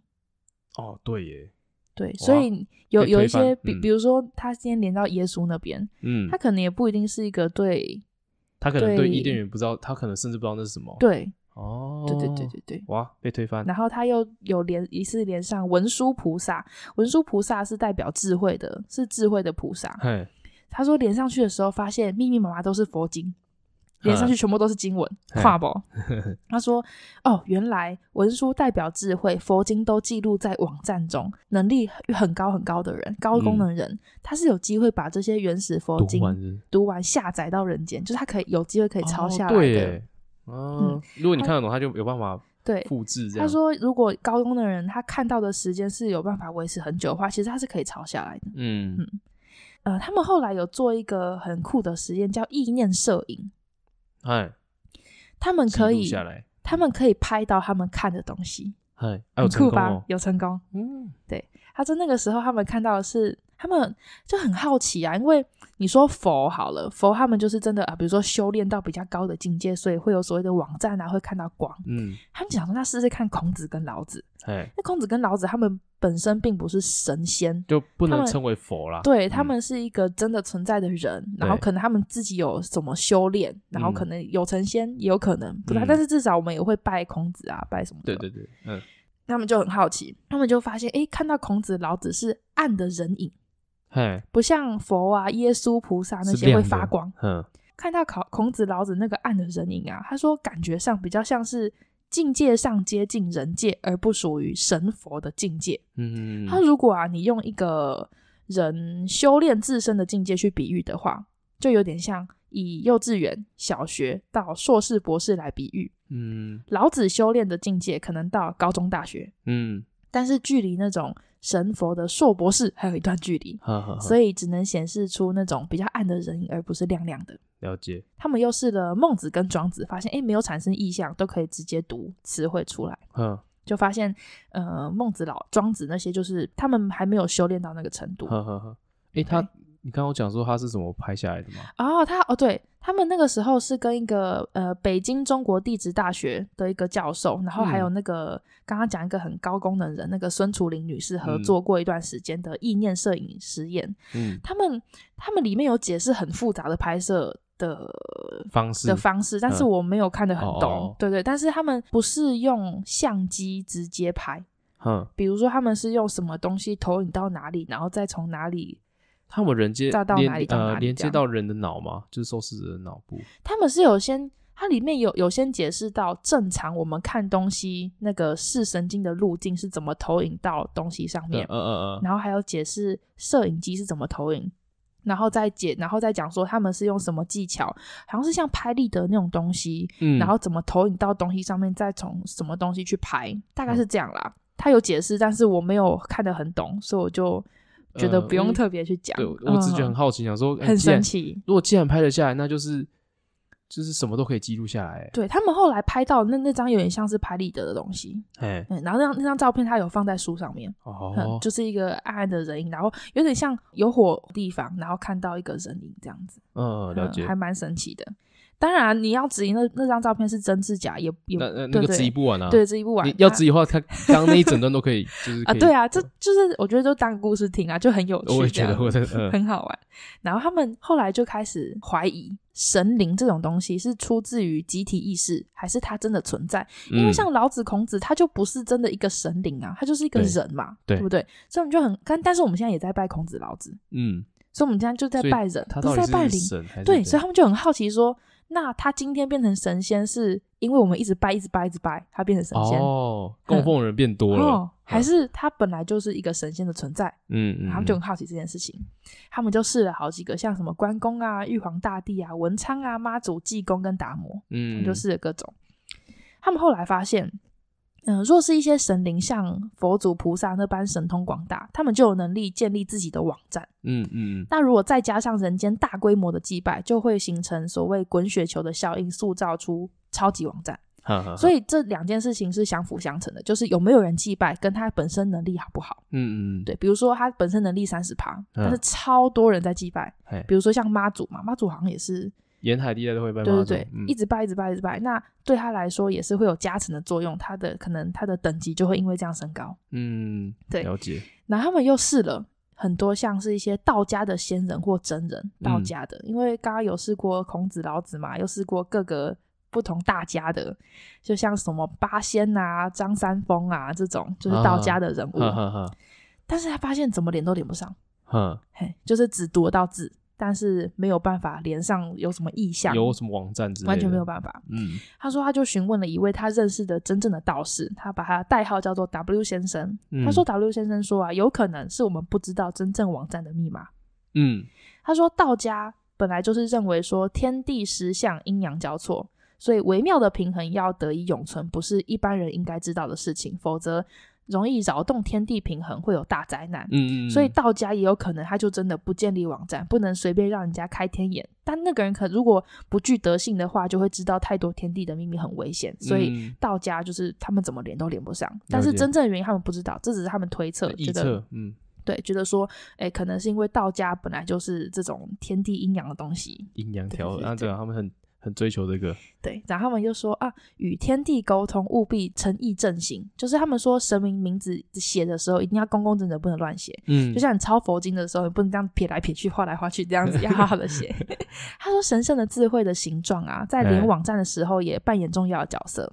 哦，对耶，
对，
哇
所以有
被
有一
推翻
些，比
嗯
比如说他今天连到耶稣那边，
嗯
他，可能也不一定是一个对
他可能对
对
伊甸园不知道，他可能甚至不知道那是什么。，
对
哦，
对对对对对。
哇，被推翻。
然后他又有连一次连上文殊菩萨，文殊菩萨是代表智慧的，是智慧的菩萨。
嘿，
他说连上去的时候，发现密密麻麻都是佛经，连上去全部都是经文，
嗯
跨博。他说哦，原来文书代表智慧，佛经都记录在网站中，能力很高很高的人，高功能人，他是有机会把这些原始佛
嗯读
经
完是
读完下载到人间，就是他可以有机会可以抄下
哦
来
对
的。
耶，嗯，如果你看得懂，他就有办法
对
复制这样。
他说，如果高中的人他看到的时间是有办法维持很久的话，其实他是可以抄下来的。
嗯，
呃，他们后来有做一个很酷的实验，叫意念摄影，
哎，
他们
记
可
录
以，
下来，
他们可以拍到他们看的东西，
哎，哎，有
很
成
酷
功
吧？
哦，
有成功。
嗯，
他说那个时候他们看到的是，他们就很好奇啊，因为你说佛好了，佛他们就是真的啊，比如说修炼到比较高的境界，所以会有所谓的网站啊，会看到光。
嗯，
他们想说，那试试看孔子跟老子。
哎，
那孔子跟老子他们本身并不是神仙，
就不
他
能
们
称为佛啦。
对他
嗯
们是一个真的存在的人，然后
对
可能他们自己有什么修炼，然后
嗯
可能有成仙，也有可能不知道
嗯
但是至少我们也会拜孔子啊，拜什么的。
对对对，嗯，
他们就很好奇，他们就发现，诶，看到孔子、老子是暗的人影，
嘿，
不像佛啊、耶稣、菩萨那
是
些会
亮的
发光。
嗯，
看到孔孔子、老子那个暗的人影啊，他说感觉上比较像是境界上接近人界，而不属于神佛的境界。
嗯，
他如果啊，你用一个人修炼自身的境界去比喻的话，就有点像以幼稚园、小学到硕士、博士来比喻。
嗯
老子修炼的境界可能到高中、大学，
嗯，
但是距离那种神佛的硕博士还有一段距离，
哈哈哈，
所以只能显示出那种比较暗的人影，而不是亮亮的。
了解，
他们又试了孟子跟庄子，发现诶没有产生意象，都可以直接读词汇出来。
嗯
就发现，呃，孟子老、庄子那些，就是他们还没有修炼到那个程度。
哈哈哈。诶，他，你刚刚有讲说他是怎么拍下来的吗？
哦，他哦，对他们那个时候是跟一个呃北京中国地质大学的一个教授，然后还有那个、刚刚讲一个很高功能人，那个孙楚林女士合作过一段时间的意念摄影实验。
嗯，
他们他们里面有解释很复杂的拍摄的
方式
的方式，但是
嗯
我没有看得很
哦哦
懂。
哦
对对，但是他们不是用相机直接拍，
哼，
比如说他们是用什么东西投影到哪里，然后再从哪里，
他们人接
到到哪
连
里到哪
呃
里
连
这
接
样
到人的脑吗？就是受试者的脑部。
他们是有先，它里面有有先解释到正常我们看东西那个视神经的路径是怎么投影到东西上
嗯
面，
嗯嗯嗯，
然后还有解释摄影机是怎么投影。然后再解，然后再讲说他们是用什么技巧，好像是像拍立得那种东西，
嗯
然后怎么投影到东西上面，再从什么东西去拍，大概是
嗯
这样啦。他有解释，但是我没有看得很懂，所以我就觉得
呃
不用
因为
特别去讲。
对，我只是觉得很
嗯
好奇，想说诶
很
既然
神奇。
如果既然拍得下来，那就是就是什么都可以记录下来。哎
对他们后来拍到那那张有点像是拍立得的东西，
哎，
嗯，然后那张那张照片他有放在书上面，嗯
哦，，
就是一个暗暗的人影，然后有点像有火的地方，然后看到一个人影这样子，
嗯，了解
嗯、还。蛮神奇的。当然，啊你要质疑那那张照片是真是假，也也
那那那
对
个
对
质疑不完啊，
对，这一部完
你要
它
质疑的话，他刚刚那一整段都可以，就是
啊，
可以嗯
对，啊，这就是我觉得就当故事听啊，就很有趣，
我也觉得我的嗯
很好玩。然后他们后来就开始怀疑神灵这种东西是出自于集体意识，还是它真的存在？因为
嗯
像老子、孔子，他就不是真的一个神灵啊，他就是一个
对
人嘛，
对
不对？所以我们就很但但是我们现在也在拜孔子、老子，
嗯，
所以我们现在就在
所以
拜人，
他
不
到
是
底
在拜
是
灵。
神还是
对，所以他们就很好奇说，那他今天变成神仙，是因为我们一直拜、一直拜、一直拜，他变成神仙？
哦，供奉的人变多了
哦，，还是他本来就是一个神仙的存在，
嗯嗯，
他们就很好奇这件事情，他们就试了好几个，像什么关公啊、玉皇大帝啊、文昌啊、妈祖、济公跟达摩，他
嗯
们就试了各种。他们后来发现，嗯、若是一些神灵像佛祖、菩萨那般神通广大，他们就有能力建立自己的网站。
嗯嗯
那如果再加上人间大规模的祭拜，就会形成所谓滚雪球的效应，塑造出超级网站。
嗯，
所
以
以这两件事情是相辅相成的，就是有没有人祭拜，跟他本身能力好不好。
嗯嗯
对，比如说他本身能力三十趴，但是超多人在祭拜。
嗯嘿
比如说像妈祖嘛，妈祖好像也是，
沿海地带都会拜
对
妈
对
祖，
对，
嗯
一直拜一直拜一直拜，那对他来说也是会有加成的作用，他的可能他的等级就会因为这样升高。
嗯，
对
了解，
然后他们又试了很多像是一些道家的仙人或真人，道
嗯
家的，因为刚刚有试过孔子、老子嘛，又试过各个不同大家的，就像什么八仙啊、张三丰啊这种，就是道家的人物。
哈哈哈，
但是他发现怎么连都连不上，
哈，
嘿，就是只读得到字，但是没有办法连上有什么意象，
有什么网站之类的，
完全没有办法。
嗯
他说，他就询问了一位他认识的真正的道士，他把他的代号叫做 W 先生。
嗯
他说，W 先生说啊，有可能是我们不知道真正网站的密码。
嗯
他说，道家本来就是认为说天地十象阴阳交错，所以微妙的平衡要得以永存，不是一般人应该知道的事情，否则容易扰动天地平衡，会有大灾难。
嗯嗯，
所以道家也有可能，他就真的不建立网站，不能随便让人家开天眼。但那个人可如果不具德性的话，就会知道太多天地的秘密很危险，所以
嗯
道家就是他们怎么连都连不上。但是
了解
真正的原因他们不知道，这只是他们推测，
臆
觉得
测，嗯
对，觉得说，哎，可能是因为道家本来就是这种天地阴阳的东西。
阴阳
对
调和
对
啊，
对
对啊，他们很很追求这个，
对，然后他们就说啊，与天地沟通，务必诚意正行，就是他们说神明名字写的时候，一定要公公正正，不能乱写。
嗯
就像你抄佛经的时候，你不能这样撇来撇去、画来画去，这样 子要好好的写。 他说，神圣的智慧的形状啊，在连
哎
网站的时候也扮演重要的角色，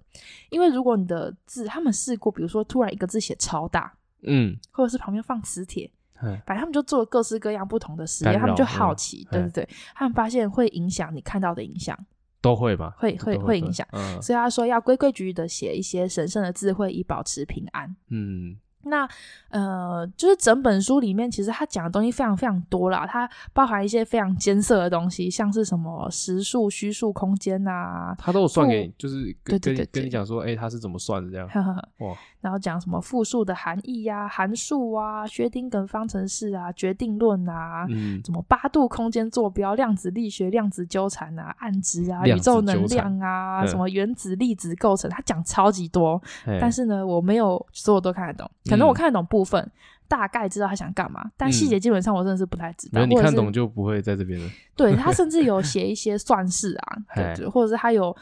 因为如果你的字，他们试过，比如说突然一个字写超大，
嗯
或者是旁边放磁铁，
嗯
反正他们就做了各式各样不同的实验，
干
他们就
扰
好奇，对
嗯
对对，他们发现会影响你看到的影响，
都会吧，
会会
都
会影响，
嗯
所以他说要规规矩矩的写一些神圣的智慧，以保持平安。
嗯，
那呃，就是整本书里面，其实它讲的东西非常非常多啦，它包含一些非常艰涩的东西，像是什么实数、虚数、空间啊呐、
他都有算给你，就是跟
对对
跟你
对对
跟你讲说，哎，他是怎么算的这样。
呵呵呵，
哇，
然后讲什么复数的含义呀、函数啊、薛定谔方程式啊、决定论啊，
嗯，
什么八度空间坐标、量子力学、量子纠缠啊、暗值啊、
量
宇
子
宙能
纠缠
量啊，
嗯
什么原子粒子构成，他讲超级多。但
是
是呢，我没有所有都看得懂，可能
嗯
我看得懂部分，大概知道他想干嘛，但细节基本上我真的是不太知
没
道。
有你
或者
看
是
懂就不会在这边了。
对他甚至有写一些算式啊，
嘿
对对，或者是他有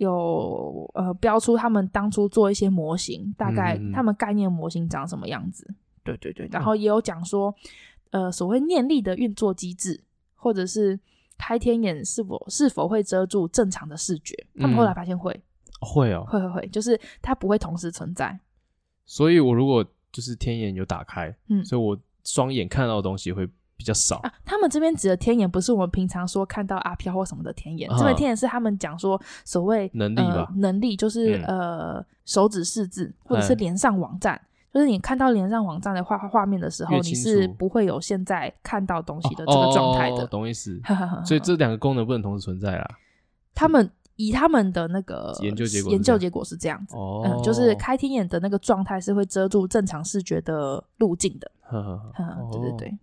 有呃标出他们当初做一些模型，大概
嗯嗯嗯嗯
他们概念模型长什么样子。对对对，然后也有讲说，呃，所谓念力的运作机制，或者是开天眼是否是否会遮住正常的视觉？他们后来
嗯
发现会，
会哦，
会会会，就是它不会同时存在。
所以我如果就是天眼有打开，
嗯
所以我双眼看到的东西会比较少。
啊，他们这边指的天眼不是我们平常说看到阿飘或什么的天眼，
啊
这边天眼是他们讲说所谓
能力
呃
吧
能力就是、
嗯
呃手指识字或者是
嗯
连上网站。就是你看到连上网站的画画面的时候，
越
你
清
是
楚
不会有现在看到东西的
哦
这个状态的。
哦懂意思。
呵呵呵呵
所以这两个功能不能同时存在啊啦。
他们以他们的那个
研究结果是
研
这
究
样
结果是这样子，
哦，
嗯，就是开天眼的那个状态是会遮住正常视觉的路径的。
呵呵呵，
嗯，对对
哦
对。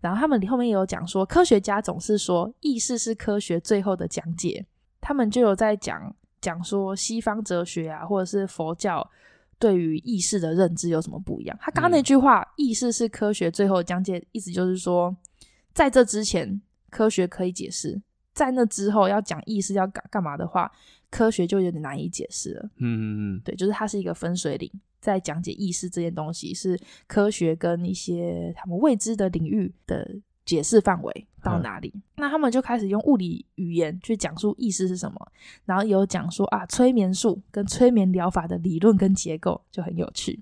然后他们后面也有讲说，科学家总是说意识是科学最后的讲解，他们就有在讲讲说西方哲学啊，或者是佛教对于意识的认知有什么不一样。他刚刚那
嗯
句话“意识是科学最后的讲解”，意思就是说，在这之前科学可以解释，在那之后要讲意识要干干嘛的话，科学就有点难以解释了。
嗯嗯嗯，
对，就是它是一个分水岭，在讲解意识这件东西，是科学跟一些他们未知的领域的解释范围到
嗯
哪里。那他们就开始用物理语言去讲述意识是什么，然后也有讲说啊，催眠术跟催眠疗法的理论跟结构就很有趣。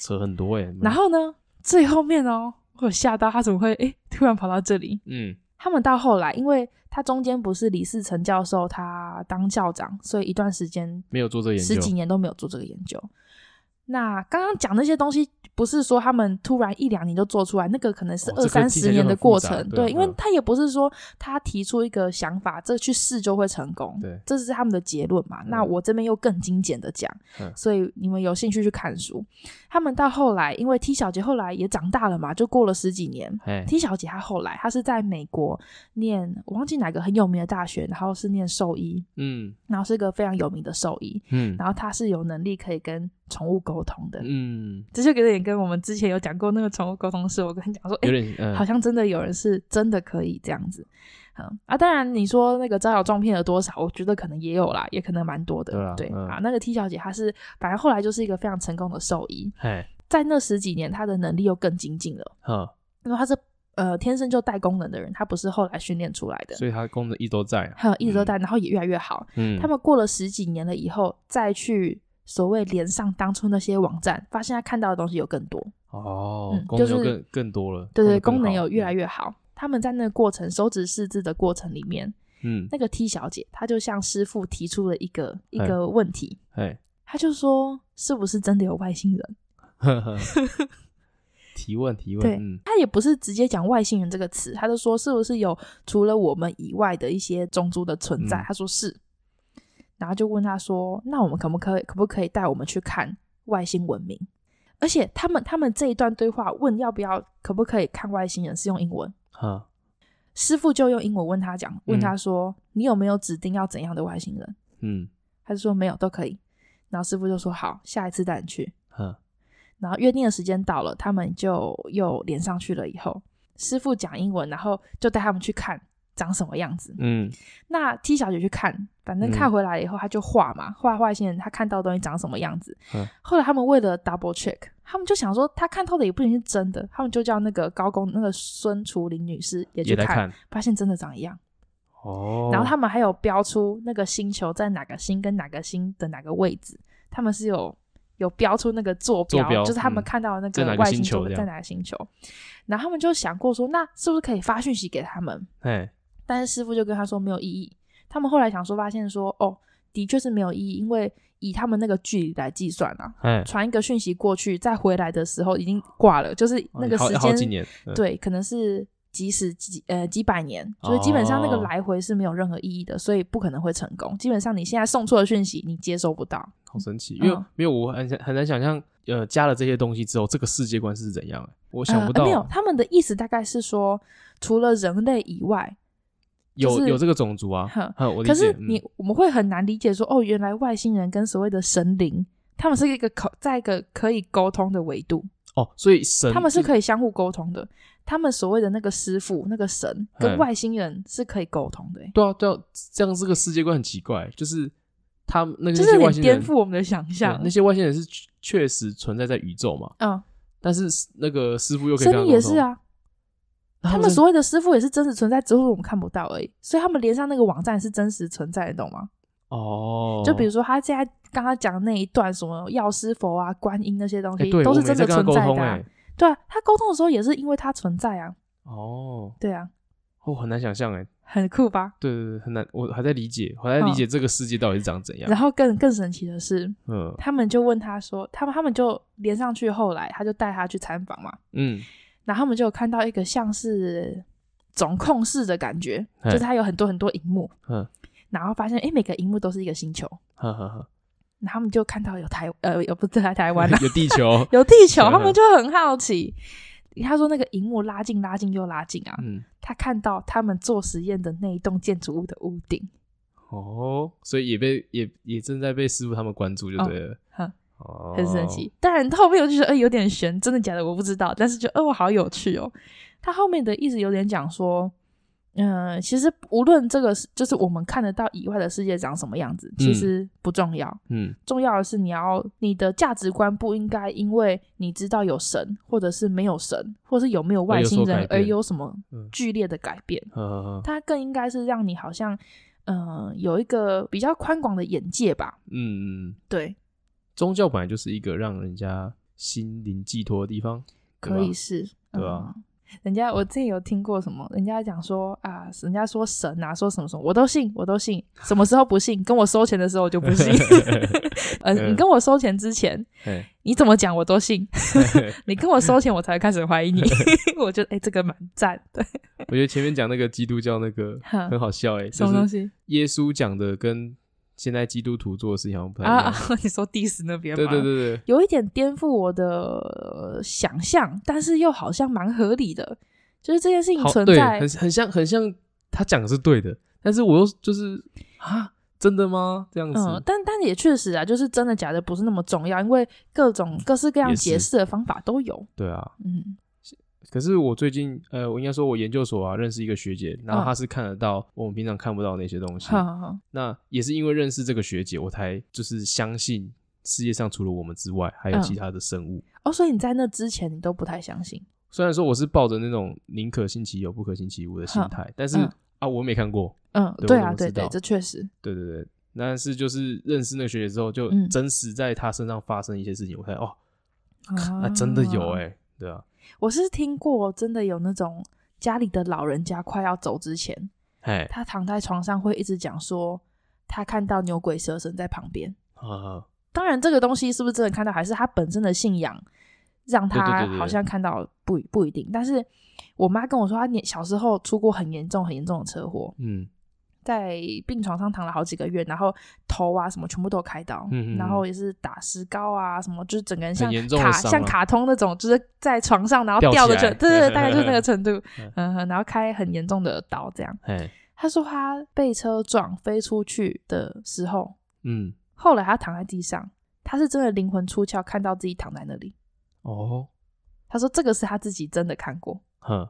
扯很多哎。
然后呢，最后面哦，我有吓到他怎么会诶突然跑到这里？
嗯，
他们到后来，因为他中间不是李世成教授他当校长，所以一段时间
没有做这个研
十几
究，
年都没有做这个研究。那刚刚讲那些东西，不是说他们突然一两年就做出来，那个可能是
哦这
二
个
三
听起
十
来就
年的
很
过
复杂
程，
对啊
因为
嗯
他也不是说他提出一个想法，这去试就会成功，
对
这是他们的结论嘛。那
嗯
我这边又更精简的讲，
嗯
所以你们有兴趣去看书。他们到后来，因为 T 小姐后来也长大了嘛，就过了十几年，
哎，
T 小姐她后来她是在美国念，我忘记哪个很有名的大学，然后是念兽医，
嗯
然后是个非常有名的兽医，
嗯
然后她是有能力可以跟宠物沟通的。
嗯，
这就有点跟我们之前有讲过那个宠物沟通师，我跟你讲说，哎、
有点嗯
好，像真的有人是真的可以这样子。嗯啊，当然你说那个招摇撞骗有多少，我觉得可能也有啦，也可能蛮多的。
对啦嗯
啊，那个 T 小姐她是反正后来就是一个非常成功的兽医，
哎，
在那十几年她的能力又更精进了。
哈，
因为他是呃天生就带功能的人，他不是后来训练出来的，
所以它功能一都在啊。
还有一直都带，然后也越来越好。
嗯，
他们过了十几年了以后，再去所谓连上当初那些网站，发现他看到的东西有更多，
哦
嗯，
功
就
能就是更更多了，
对对，
更
功能
好嗯
有越来越好。他们在那个过程手指识字的过程里面，
嗯，
那个 T 小姐她就向师傅提出了一个一
哎
个问题，
哎，
她就说是不是真的有外星人？
呵呵提问提问，
对
嗯
他也不是直接讲外星人这个词，他就说是不是有除了我们以外的一些种族的存在？
嗯
他说是，然后就问他说，那我们可不可以可不可以带我们去看外星文明？而且他们他们这一段对话问要不要可不可以看外星人是用英文，
哈，
师傅就用英文问他讲，问他说、你有没有指定要怎样的外星人？
嗯
他就说没有都可以，然后师傅就说好，下一次带你去。
哈，
然后约定的时间到了，他们就又连上去了。以后师傅讲英文，然后就带他们去看长什么样子。
嗯
那 T 小姐去看，反正
嗯
看回来以后，她就画嘛，画外星人，她看到的东西长什么样子。
嗯
后来他们为了 double check，他们就想说，她看到的也不一定是真的，他们就叫那个高工那个孙楚林女士也去
也来
看，
看
发现真的长一样。
哦，
然后他们还有标出那个星球在哪个星跟哪个星的哪个位置，他们是有有标出那个坐标，
坐标
就是他们
嗯
看到的那
在哪个
外
星
星
球
座
这样
在哪个星球。然后他们就想过说，那是不是可以发讯息给他们？
哎
但是师傅就跟他说没有意义。他们后来想说，发现说哦，的确是没有意义，因为以他们那个距离来计算啊，
哎，
传一个讯息过去，再回来的时候已经挂了，就是那个
哦好
时
好几
间，
年，嗯，
对，可能是几十几呃几百年，所以基本上那个
哦
来回是没有任何意义的，所以不可能会成功。基本上你现在送错的讯息，你接收不到。
好神奇，因为
嗯
没有我很想很难想象，呃，加了这些东西之后，这个世界观是怎样，哎我想不
呃
到
没有，他们的意思大概是说，除了人类以外，就
有
是
有这个种族啊
哼，
嗯我理
可是
解，嗯
你、我们会很难理解说，哦，原来外星人跟所谓的神灵，他们是一个可在一个可以沟通的维度，
哦，所以神
他们是
就
可以相互沟通的。他们所谓的那个师傅、那个神，跟
嗯
外星人是可以沟通的、欸
对啊对啊，这样这个世界观很奇怪，就是他们那个
就
那
是
些
有
外
点
星
颠
人
覆我们的想象
对。那些外星人是确确实存在在宇宙嘛，
嗯，
但是那个师傅又可以跟
神
他
灵也
沟通
是，啊，
那
他
们
们
是
所谓的师傅也是真实存在，只是我们看不到而已。所以他们连上那个网站也是真实存在的，你懂吗？
哦，
就比如说他现在刚刚讲的那一段什么药师佛啊、观音那些东
哎
西，
对
都
我
是
们
真
也在
的
跟他
存
沟
在
通
的、啊
哎。，
对啊，他沟通的时候也是因为他存在啊，
哦，
对啊，
我很难想象哎，
很酷吧？
对对对，很难，我还在理解，我还在理解这个世界到底是长怎样
嗯然。后更更神奇的是，
嗯
他们就问他说，他们他们就连上去，后来他就带他去参访嘛，
嗯，
然后他们就有看到一个像是总控室的感觉，
嘿
就是它有很多很多荧幕，
嗯，
然后发现诶每个荧幕都是一个星球，
哈哈 哈，
然后他们就看到有台呃有不是台台湾 啦、
有地
，
球
有地球，
嗯
他们就很好奇。他说那个荧幕拉近拉近又拉近啊，
嗯，
他看到他们做实验的那一栋建筑物的屋顶，
哦，所以也被也也正在被师傅他们关注，就对了
哼。
哦，
很神奇。当然后面我就觉得，呃，有点悬，真的假的我不知道，但是就，呃，我好有趣哦。他后面的一直有点讲说，嗯、其实无论这个是就是我们看得到以外的世界长什么样子，其实不重要，
嗯，
重要的是你要你的价值观不应该因为你知道有神，或者是没有神，或是有没有外星人
而有所改变
而有什么
嗯
剧烈的改变。
嗯嗯
它更应该是让你好像，嗯、有一个比较宽广的眼界吧。
嗯，嗯
对，
宗教本来就是一个让人家心灵寄托的地方，对吧
可以是，
对啊
嗯人家我之前有听过什么，人家讲说啊，人家说神啊，说什么什么，我都信，我都信。什么时候不信？跟我收钱的时候我就不信。 呃，
嗯
你跟我收钱之前，
哎，
你怎么讲我都信。你跟我收钱，我才会开始怀 疑你。 我觉得哎、这个蛮赞的。
我觉得前面讲那个基督教那个
哈
很好笑哎，
嗯什
就
么东
是
西
耶稣讲的跟现在基督徒做的事情好像不太一
啊
样。？
你说 diss 那边吗？
对对对对，
有一点颠覆我的呃想象，但是又好像蛮合理的。就是这件事情
好
存
对，
在
很，很像很像他讲的是对的，但是我又就是啊，真的吗？这样
嗯
子，
但但也确实啊，就是真的假的不是那么重要，因为各种各式各样
也是
解释的方法都有。
对啊。
嗯，
可是我最近呃，我应该说我研究所啊认识一个学姐，然后她是看得到我们平常看不到的那些东西。
好好好，
那也是因为认识这个学姐，我才就是相信世界上除了我们之外还有
嗯
其他的生物。
哦，所以你在那之前你都不太相信，
虽然说我是抱着那种宁可信其有不可信其无的心
哼
态，但是、
嗯
啊，我没看过。
嗯，
对
对
我
啊，
怎么
对
知道
对，这确实，
对对对，但是就是认识那个学姐之后，就
嗯
真实在她身上发生一些事情，我才哦，
啊
啊，真的有哎、对啊，
我是听过真的有那种家里的老人家快要走之前，
哎
他躺在床上会一直讲说他看到牛鬼蛇神在旁边。
啊，
当然，这个东西是不是真的看到，还是他本身的信仰让
对对
他
对对
好像看到不不一定。但是我妈跟我说，她年小时候出过很严重、很严重的车祸，
嗯
在病床上躺了好几个月，然后头啊什么全部都有开刀，
嗯嗯嗯
然后也是打石膏啊什么，就是整个人像
很严重的
卡
伤啊
像卡通那种，就是在床上然后
吊
掉
起
的
来
程，对对，对大概就 是那个程度
嗯，
嗯，然后开很严重的刀这样。
哎
她说她被车撞飞出去的时候，
嗯
后来他躺在地上，他是真的灵魂出窍，看到自己躺在那里。
哦
他说这个是他自己真的看过。
哼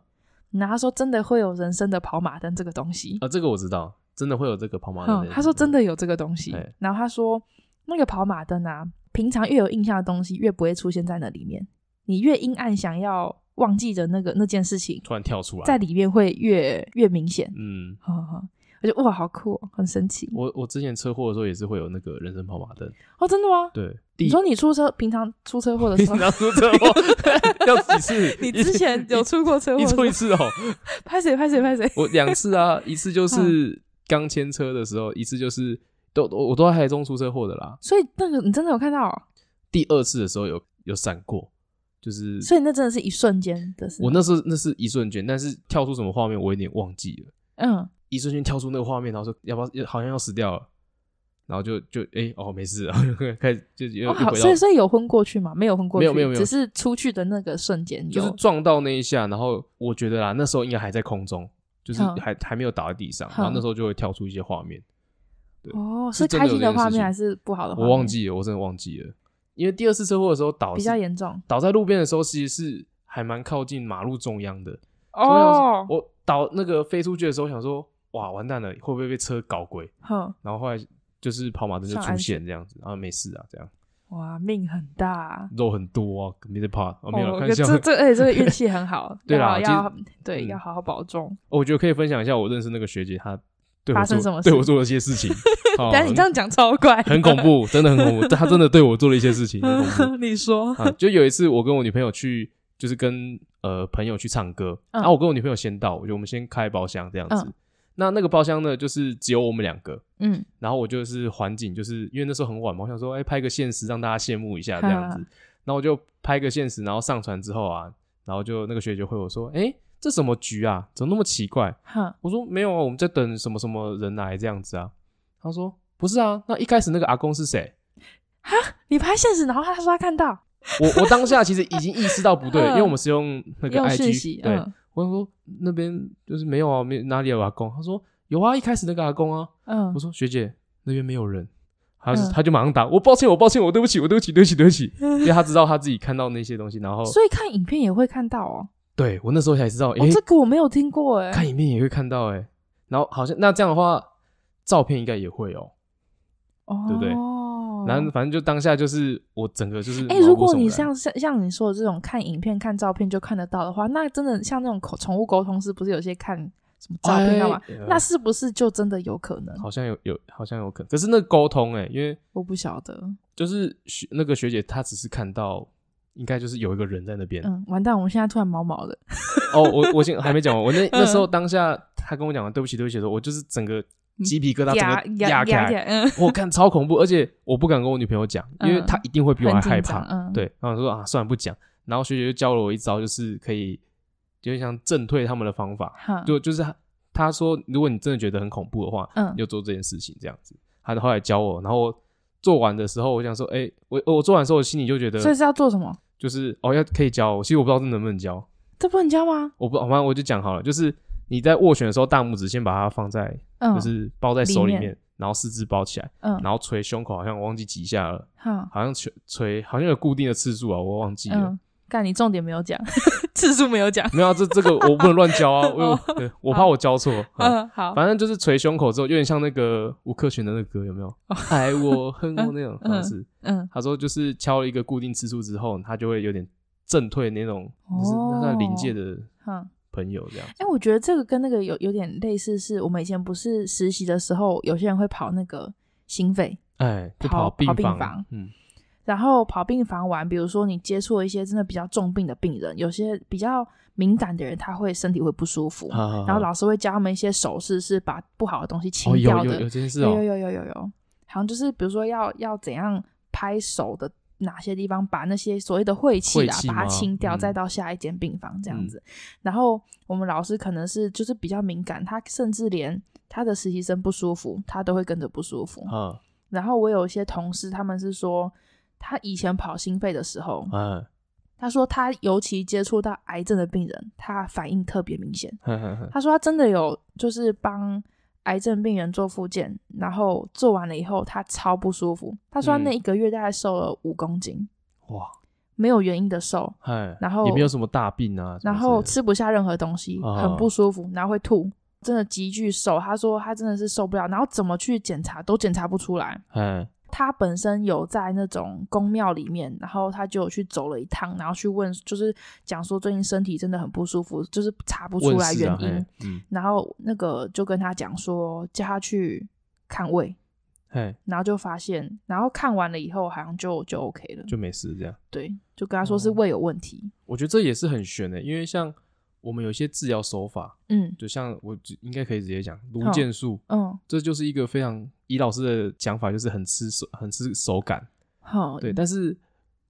然后他说真的会有人生的跑马灯这个东西，
啊，这个我知道，真的会有这个跑马灯
嗯
的，
他说真的有这个东西
哎。
然后他说那个跑马灯啊，平常越有印象的东西越不会出现在那里面，你越阴暗想要忘记的那个那件事情，
突然跳出来，
在里面会越越明显。
嗯，
呵呵我觉得哇，好酷、哦，很神奇
我我之前车祸的时候也是会有那个人生跑马灯，
哦！真的吗？
对，第
你
一
说你出车，平常出车祸的 时候，
要出车祸哦 要几次？
你
一
之前有出过车祸
一
是
出
吗？
一次哦，
拍谁拍谁拍谁？嗯
我两次啊，一次就是刚牵车的时候，一次就是都我我都在台中出车祸的啦。
所以那个你真的有看到哦、
第二次的时候有有闪过，就是
所以那真的是一瞬间的事。
我那时候那是一瞬间，但是跳出什么画面我有点忘记了，
嗯，
一瞬间跳出那个画面，然后说要不要好像要死掉了，然后就就哎、哦没事，然后就 开始就又、
哦
又
好，
回
所
到
以所以有昏过去吗？没有昏过去，
没有没有没有
只是出去的那个瞬间有。
就是撞到那一下，然后我觉得啦那时候应该还在空中，就是
嗯
还还没有倒在地上，然后
嗯
那时候就会跳出一些画面。对
哦，
是
是
真
开
的有
心
这
的
件事
画面
情
还是不好的画
我
面？
忘记了，我真的忘记了。因为第二次车祸的时候倒
比较
是
严重
倒在路边的时候，其实是还蛮靠近马路中央的。所以我想
哦。
说我倒那个飞出去的时候，想说哇完蛋了，会不会被车搞鬼？
哼，
然后后来就是跑马灯就
上
出
安
现这样子，啊没事啊，这样
哇，命很大。
肉很多啊，没得怕， 哦没有啦
哦，
开
这
玩笑。，
这这，而且这个运气很好
对啦
要
其实
要对
嗯
要好好保重。
我觉得可以分享一下我认识那个学姐，她对我
发生
做
什么事
对我做了一些事 情。哦
但你这样讲超怪，
很恐。怖，真的很恐怖。她真的对我做了一些事情，很恐怖
你说，
啊！就有一次，我跟我女朋友去，就是跟呃朋友去唱歌，
嗯
然后我跟我女朋友先到，我就我们先开包厢这样子
嗯。
那那个包厢呢，就是只有我们两个。
嗯，
然后我就是环境，就是因为那时候很晚嘛，我想说，哎、拍个现实让大家羡慕一下这样子。
哈
然后我就拍个现实，然后上传之后啊，然后就那个学姐回我说，哎、这什么局啊？怎么那么奇怪？
哼，
我说没有啊，我们在等什么什么人来这样子啊。他说不是啊，那一开始那个阿公是谁？
你拍现实，然后他说他看到，
我我当下其实已经意识到不对，
嗯
因为我们是用那个
用讯
IG
息，
对，
嗯
我想说那边就是没有啊，没哪里有阿公？他说有啊，一开始那个阿公啊。
嗯
我，说学姐那边没有人，他是、
嗯
他就马上打我抱歉我抱歉我对不起我对不起对不起对不 起，因为他知道他自己看到那些东西，然后
所以看影片也会看到哦。
对我那时候才知道，诶、
哦，这个我没有听过哎。
看影片也会看到诶、然后好像那这样的话照片应该也会哦、
哦，
对不对然后反正就当下就是我整个就是
哎、
毛
如
骨
果
悚
你
然
像像像你说的这种看影片、看照片就看得到的话，那真的像那种口宠物沟通师，不是有些看什么照片干嘛？
哎
那是不是就真的有可能？
好像有有好像有可能，可是那个沟通诶、因为
我不晓得。
就是学那个学姐她只是看到。应该就是有一个人在那边、
嗯，完蛋，我们现在突然毛毛的。
哦，我我先还没讲完，我那那时
嗯
候当下她跟我讲完对不起对不起的时候，我就是整个鸡皮疙瘩
压
整个
压
起来，
压，嗯，
我看超恐怖，而且我不敢跟我女朋友讲，因为
嗯
她一定会比我还
很紧
害怕
张。嗯
对，然后我说啊，算了，不讲。然后学姐就教了我一招，就是可以，就是像震退他们的方法，
哈，
就就是她她说，如果你真的觉得很恐怖的话，
嗯
你就做这件事情这样子。她后来教我，然后我做完的时候，我想说，哎、我我做完的时候，我心里就觉得
所以是要做什么？
就是哦，要可以教我，其实我不知道这能不能教，
这不能教吗？
我不，好吧，我就讲好了，就是你在握拳的时候，大拇指先把它放在，
嗯，
就是包在手里
里
面，
面
然后四肢包起来。
嗯，
然后捶胸口，好像我忘记几下了，
哈，
好像捶捶好像有固定的次数啊，我忘记了。
嗯，干，你重点没有讲， 次数没有讲。
没有、啊、这这个我不能乱教 啊，我有
哦
对我怕我教错。嗯
嗯，好，
反正就是捶胸口之后，有点像那个吴克群的那个歌，有没有？爱我恨我那种方式。
哦嗯，
他说就是敲了一个固定次数之后，他就会有点震退那种，就是那算临界的
哈。
朋友这样。
哎、我觉得这个跟那个有有点类似，是我们以前不是实习的时候，有些人会跑那个心肺，
哎，就
跑
病
跑病房
嗯，
然后跑病房完，比如说你接触了一些真的比较重病的病人，有些比较敏感的人，他会身体会不舒服，
好好好
然后老师会教他们一些手势，是把不好的东西清
啊哦有
掉
有
的。
有这件事
有有
哦，
有有有有，好像就是比如说要要怎样拍手的哪些地方，把那些所谓的晦气
晦
啦，
气
把它
吗
清掉，
嗯
再到下一间病房这样
嗯
子。然后我们老师可能是就是比较敏感，他甚至连他的实习生不舒服，他都会跟着不舒服。
啊
然后我有一些同事，他们是说。他以前跑心肺的时候，
啊，
他说他尤其接触到癌症的病人，他反应特别明显。
呵呵呵
他说他真的有就是帮癌症病人做复健，然后做完了以后他超不舒服。他说他那
嗯
一个月大概瘦了五公斤，
哇，
没有原因的瘦，
哎，
然后
也没有什么大病啊，什么
然后
之类的
吃不下任何东西，
啊
很不舒服，然后会吐，真的急剧瘦。他说他真的是受不了，然后怎么去检查都检查不出来。
哎，
他本身有在那种宫庙里面，然后他就有去走了一趟，然后去问，就是讲说最近身体真的很不舒服，就是查不出
问
来
世
原
啊
因。
嘿嗯，
然后那个就跟他讲说，叫他去看胃，
嘿，
然后就发现，然后看完了以后好像就就 OK 了，
就没事这样。哦
对，就跟他说是胃有问题，
我觉得这也是很悬的、因为像我们有些治疗手法，
嗯
就像我只应该可以直接讲
哦
颅键术，
嗯，
这就是一个非常以老师的讲法，就是很吃手很吃手感。
好，
对，但是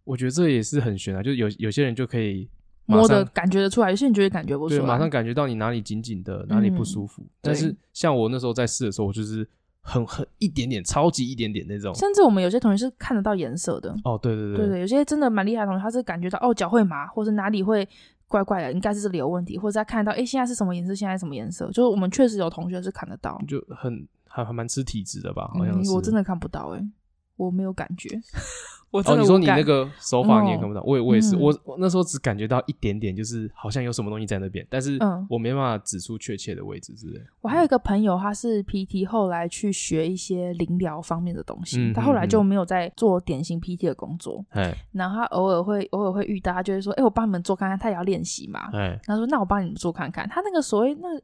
我觉得这也是很悬啊，就是有有些人就可以马
摸的
上
感觉得出来，有些人觉得感觉不出
对
来，嗯
马上感觉到你哪里紧紧的，哪里不舒服。但
对
是像我那时候在试的时候，我就是很很一点点，超级一点点那种。
甚至我们有些同学是看得到颜色的，
哦，对对
对对，有些真的蛮厉害的同学，他是感觉到哦脚会麻，或是哪里会怪怪的，应该是这里有问题，或者他看得到哎现在是什么颜色，现在是什么颜色，就是我们确实有同学是看得到，
就很还还蛮吃体质的吧，好像
嗯
是。
我真的看不到哎、我没有感觉，我真
哦，
的
你
无
说你
感
那个手法你也
哦
看不到，我也我也是，
嗯
我我那时候只感觉到一点点，就是好像有什么东西在那边，但是
嗯
我没办法指出确切的位置之类。
我还有一个朋友，他是 PT，后来去学一些灵疗方面的东西，
嗯
他后来
嗯
就没有在做典型 PT 的工作，
哎
然后他偶尔会偶尔会遇到，他就会说，哎、我帮你们做看看，他也要练习嘛，
哎，
他说：“那我帮你们做看看。”他那个所谓那个，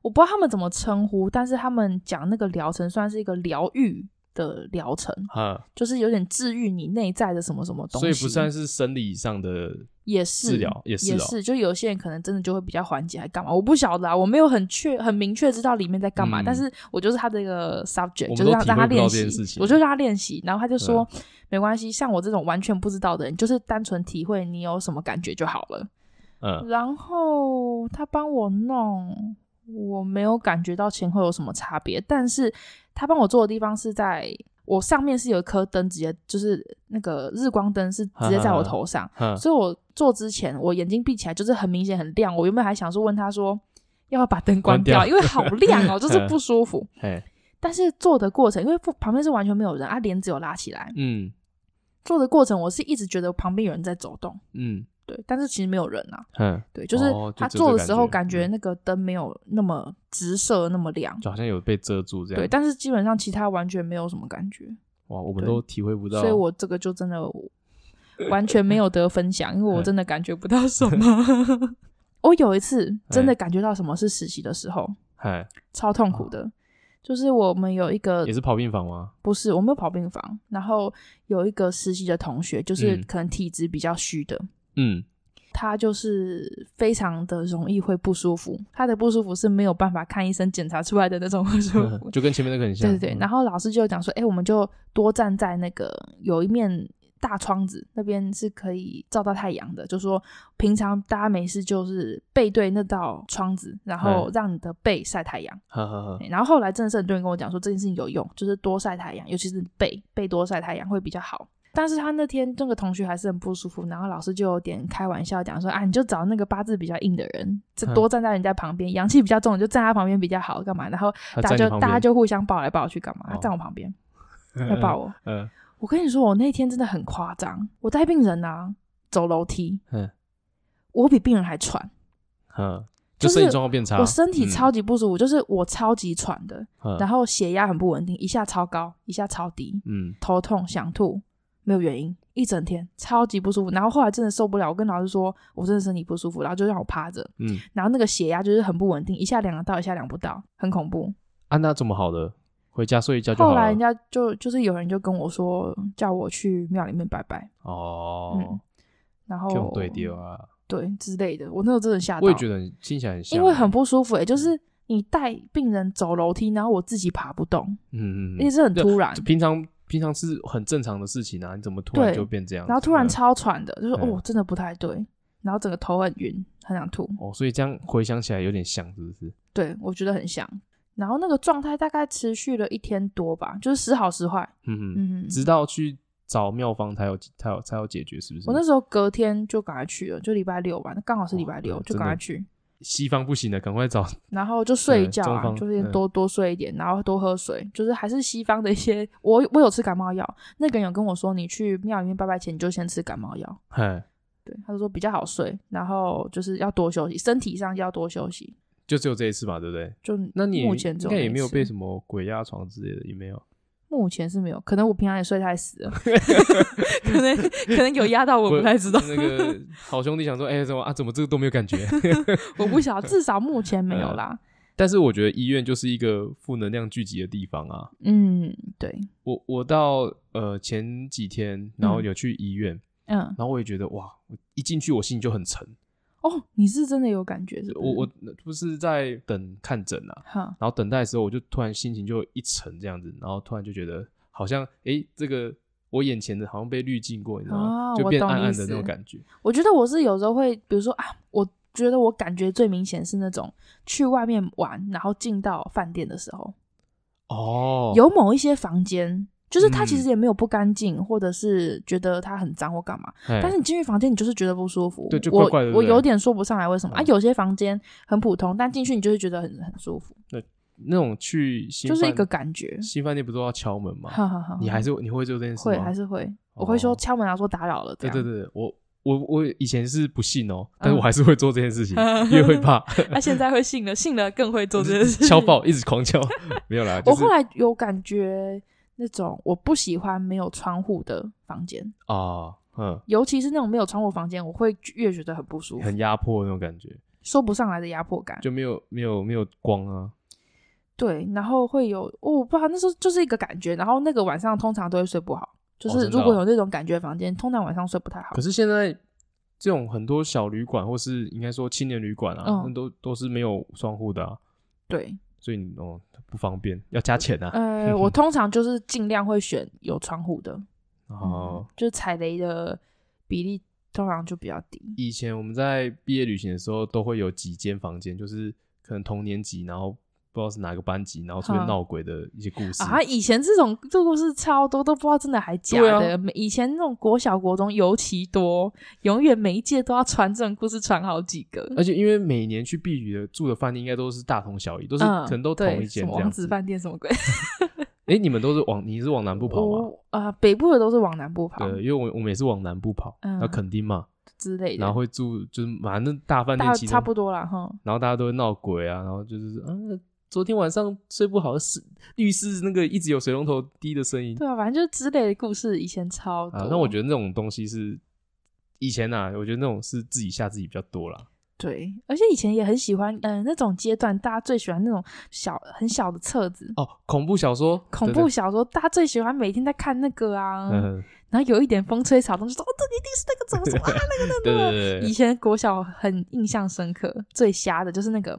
我不知道他们怎么称呼，但是他们讲那个疗程算是一个疗愈的疗程，
哈，
就是有点治愈你内在的什么什么东西。
所以不算是生理上的
也是
治疗也是
也
哦
是，就有些人可能真的就会比较缓解，还干嘛？我不晓得啊，我没有很确很明确知道里面在干嘛，
嗯
但是我就是他这个 subject，
我们
就是让
都体会
让他
不到
练
这件事
习，
情嗯
我就让他练习，然后他就说、没关系，像我这种完全不知道的人，就是单纯体会你有什么感觉就好了。
嗯，
然后他帮我弄，我没有感觉到前后有什么差别，但是他帮我做的地方是在我上面是有一颗灯，直接就是那个日光灯是直接在我头上，
哈，
所以我做之前我眼睛闭起来就是很明显很亮，我原本还想说问他说要不要把灯关
关掉
因为好亮哦，就是不舒服。
哎，
但是做的过程，因为旁边是完全没有人啊，帘子有拉起来，
嗯
做的过程我是一直觉得旁边有人在走动，
嗯
对，但是其实没有人啊。
嗯，
对，就是
哦就
他
只有
做
这
的
感
时候
觉
感觉
嗯
那个灯没有那么直射那么亮，
就好像有被遮住这样。
对，但是基本上其他完全没有什么感觉，
哇，我们
对
都体会不到。
所以我这个就真的完全没有得分享，因为我
哎
真的感觉不到什 么。我有一次真的感觉到什么是实习的时候，
哎，
超痛苦的。就是我们有一个
也是跑病房吗？
不是我没有跑病房，然后有一个实习的同学，就是
嗯
可能体质比较虚的，
嗯，。
他就是非常的容易会不舒服，他的不舒服是没有办法看医生检查出来的那种不舒 服
就跟前面那个很像。嗯
对对对，然
后
后老师就讲说，哎、我们就多站在那个有一面大窗子那边是可以照到太阳的，就说平常大家没事就是背对那道窗子，然后让你的背晒太阳。
哈哈哈，
然后后来真的是很多人跟我讲说这件事情有用，就是多晒太阳，尤其是背背多晒太阳会比较好。但是他那天那个同学还是很不舒服，然后老师就有点开玩笑讲说啊，你就找那个八字比较硬的人，就
嗯
多站在人家旁边，阳气比较重，你就站他旁边比较好，干嘛？然后
他
大家
站你
就
旁
大家
边
就互相抱来抱去，干嘛？他
哦
站我旁边， 要抱我。
嗯
我跟你说，我那天真的很夸张，我带病人啊，走楼梯，
嗯
我比病人还喘，
嗯，
就
就是身体状况变差。
我身体
嗯
超级不舒服，就是我超级喘的，
嗯
然后血压很不稳定，一下超高，一下超低，
嗯
头痛想吐，没有原因，一整天超级不舒服。然后后来真的受不了，我跟老师说我真的身体不舒服，然后就让我趴着，
嗯，
然后那个血压就是很不稳定，一下量得到，一下量不到，很恐怖。
安啊娜怎么好的？回家睡一觉就好
后
了。
来人家就就是有人就跟我说，叫我去庙里面拜拜，嗯
哦，
然
这种
后
对丢啊，
对之类的。我那时候真的吓到，
我也觉得嗯很听起来很像，
因为很不舒服、欸，就是你带病人走楼梯，然后我自己爬不动，
嗯嗯
也
嗯，
是很突然
就。平常平常是很正常的事情啊，你怎么突然
对
就变这样子？
然后突然
嗯
超喘的，就是
嗯
哦，真的不太对，然后整个头很晕，很想吐。
哦，所以这样回想起来有点像，是不是？
对我觉得很像。然后那个状态大概持续了一天多吧，就是时好时坏。
嗯嗯，
嗯，
直到去找妙方才有才有才有解决，是不是？
我那时候隔天就赶快去了，就礼拜六吧，那刚好是礼
哇
拜六，
对
就
真
赶
的
快去。
西方不行了，赶快找
然后就睡一
嗯
觉
中
啊，
方
就是
嗯
多多睡一点，然后多喝水，就是还是西方的一些。我我有吃感冒药，那个人有跟我说，你去庙里面拜拜前你就先吃感冒药，
嗨，
对，他就说比较好睡，然后就是要多休息，身体上要多休息。
就只有这一次嘛，对不对？
就
那你也
目前只
应该也
那
没有
次
被什么鬼压床之类的，也没有。
目前是没有，可能我平常也睡太死 了，可能可能有压到我不太知道，
那 个好兄弟想说，哎、怎么啊，怎么这个都没有感觉？
我不晓得，至少目前没
嗯
有啦。
但是我觉得医院就是一个负能量聚集的地方啊。
嗯，对，
我我到呃前几天，然后有去医院，
嗯，
然后我也觉得哇，我一进去我心里就很沉，
哦，你是真的有感觉是不
我
是？
我不是在等看诊啊，
哈，
然后等待的时候，我就突然心情就一沉这样子，然后突然就觉得好像诶，这个我眼前的好像被滤镜过，你知道吗？
哦
就
我
变
懂
暗
你
暗
意
的那种
思
感觉。
我觉得我是有时候会，比如说啊，我觉得我感觉最明显是那种去外面玩，然后进到饭店的时候，
哦，
有某一些房间，就是它其
嗯
实也没有不干净，或者是觉得它很脏或干嘛，
嘿，
但是你进去房间，你就是觉得不舒服。
对就怪怪的对
我
不
我
对
有点说不上来为什么、啊
嗯。
有些房间很普通，但进去你就会觉得很很舒服，
那种去新
就是一
饭
个感觉。
新饭店不都要敲门吗？
哈哈哈，
你还是你会做这件事
会
吗？
还是会，我会说
哦
敲门啊，说打扰了。这
对
样
对，对，我我我以前是不信哦，但是我
嗯
还是会做这件 事情，因为会怕
那现在会信了，信了更会做这件事。
敲爆，一直狂敲，没有啦，就
我
是
后来有感觉那种我不喜欢没有窗户的房间，
啊，嗯，
尤其是那种没有窗户房间，我会越觉得很不舒服，
很压迫那种感觉，
说不上来的压迫感。
就没有没有没有光啊，
对，然后会有，哦我不知道，那时候就是一个感觉。然后那个晚上通常都会睡不好，就
哦
是
真的
如果
哦嗯
有那种感觉的房间，通常晚上睡不太好
可。是现在这种很多小旅馆，或是应该说青年旅馆啊，
嗯
那都都是没有窗户的、啊，
对，
所以你哦不方便，要加钱啊。
呃，我通常就是尽量会选有窗户的，
哦、
嗯，就是踩雷的比例通常就比较低。
以前我们在毕业旅行的时候，都会有几间房间，就是可能同年级，然后不知道是哪个班级，然后出现
嗯
闹鬼的一些故事。
啊，以前这种这故事超多，都不知道真的还假
对啊
的。每以前那种国小、国中尤其多，永远每一届都要传这种故事，传好几个。
而且因为每年去避雨的住的饭店应该都是大同小异，都是、
嗯，
可能都
对
同一间
什么
这
王
样
子
子。
饭店什么鬼？
哎、你们都是往你是往南部跑吗？
我啊、北部的都是往南部跑
对，因为我我们也是往南部跑，
嗯
那、垦丁嘛，
之类的，
然后会住就是反正大饭店
大
其中
差不多啦哈。
然后大家都会闹鬼啊，然后就是啊，昨天晚上睡不好，是浴室那个一直有水龙头滴的声音
对啊，反正就是之类的故事，以前超多。
啊。那我觉得那种东西是以前啊，我觉得那种是自己吓自己比较多啦。
对，而且以前也很喜欢，嗯、那种阶段大家最喜欢那种小很小的册子，
哦，恐怖小说，
恐
对
怖，小说，大家最喜欢每天在看那个啊，
对嗯，
然后有一点风吹草动就说哦，这一定是那个怎么怎么啊，那个
对对
那个那个。
对
以
对，
前国小很印象深刻，最瞎的就是那个，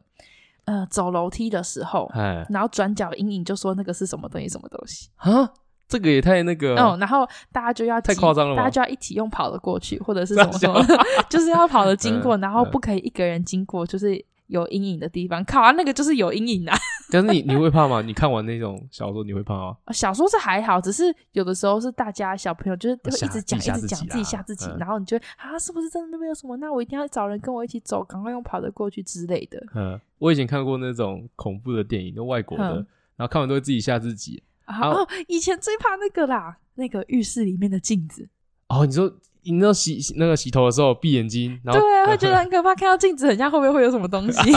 呃，走楼梯的时候，
哎
然后转角阴影就说那个是什么东西什么东西，
啊，这个也太那个
嗯，
了，
然后大家就要
太
集
夸张了吧
大家就要一起用跑的过去，或者 是什么什么
傻，
就是要跑的经过，
嗯
然后不可以一个人经过，就是有阴影的地方。靠啊，那个就是有阴影啊！
但是你你会怕吗？你看完那种小说你会怕吗？
小说是还好，只是有的时候是大家小朋友就是会
吓
一直
自己
讲，
吓
一直讲，
自己啊
自己吓自己，
嗯
然后你就会啊，是不是真的没有什么？那我一定要找人跟我一起走，赶快用跑的过去之类的。
嗯，我以前看过那种恐怖的电影，就外国的
嗯，
然后看完都会自己吓自己。
啊
啊
哦，以前最怕那个啦，那个浴室里面的镜子，
哦，你说你那洗洗那个洗头的时候闭眼睛，然后嗯
对，啊会 觉得很可怕，看到镜子很像后面会有什么东西，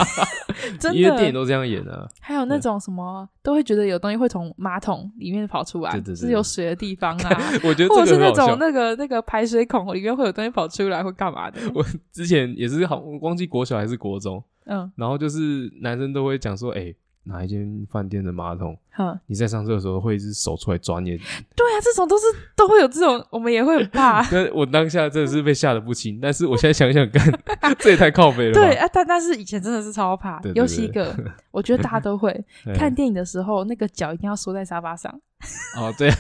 真
因为电影
的。
都这样演啊。
还有那种什么，都会觉得有东西会从马桶里面跑出来，
对对对
是有水的地方啊，
我觉得
或者
这
是
个
那
很好
种
笑。
那个那个排水孔里面会有东西跑出来，会 干嘛的？
我之前也是好，我忘记国小还是国中，
嗯
然后就是男生都会讲说，哎、哪一间饭店的马桶，
哼，
你在上厕所的时候会一只手出来抓 你的。。
对啊，这种都是都会有这种，我们也会很怕
那我当下真的是被吓得不轻，但是我现在想一想看， 这也太靠北了吧。
对啊，但但是以前真的是超怕，
对对对
尤其一 个，我觉得大家都会
对
看电影的时候，那个脚一定要缩在沙发上，
哦，对，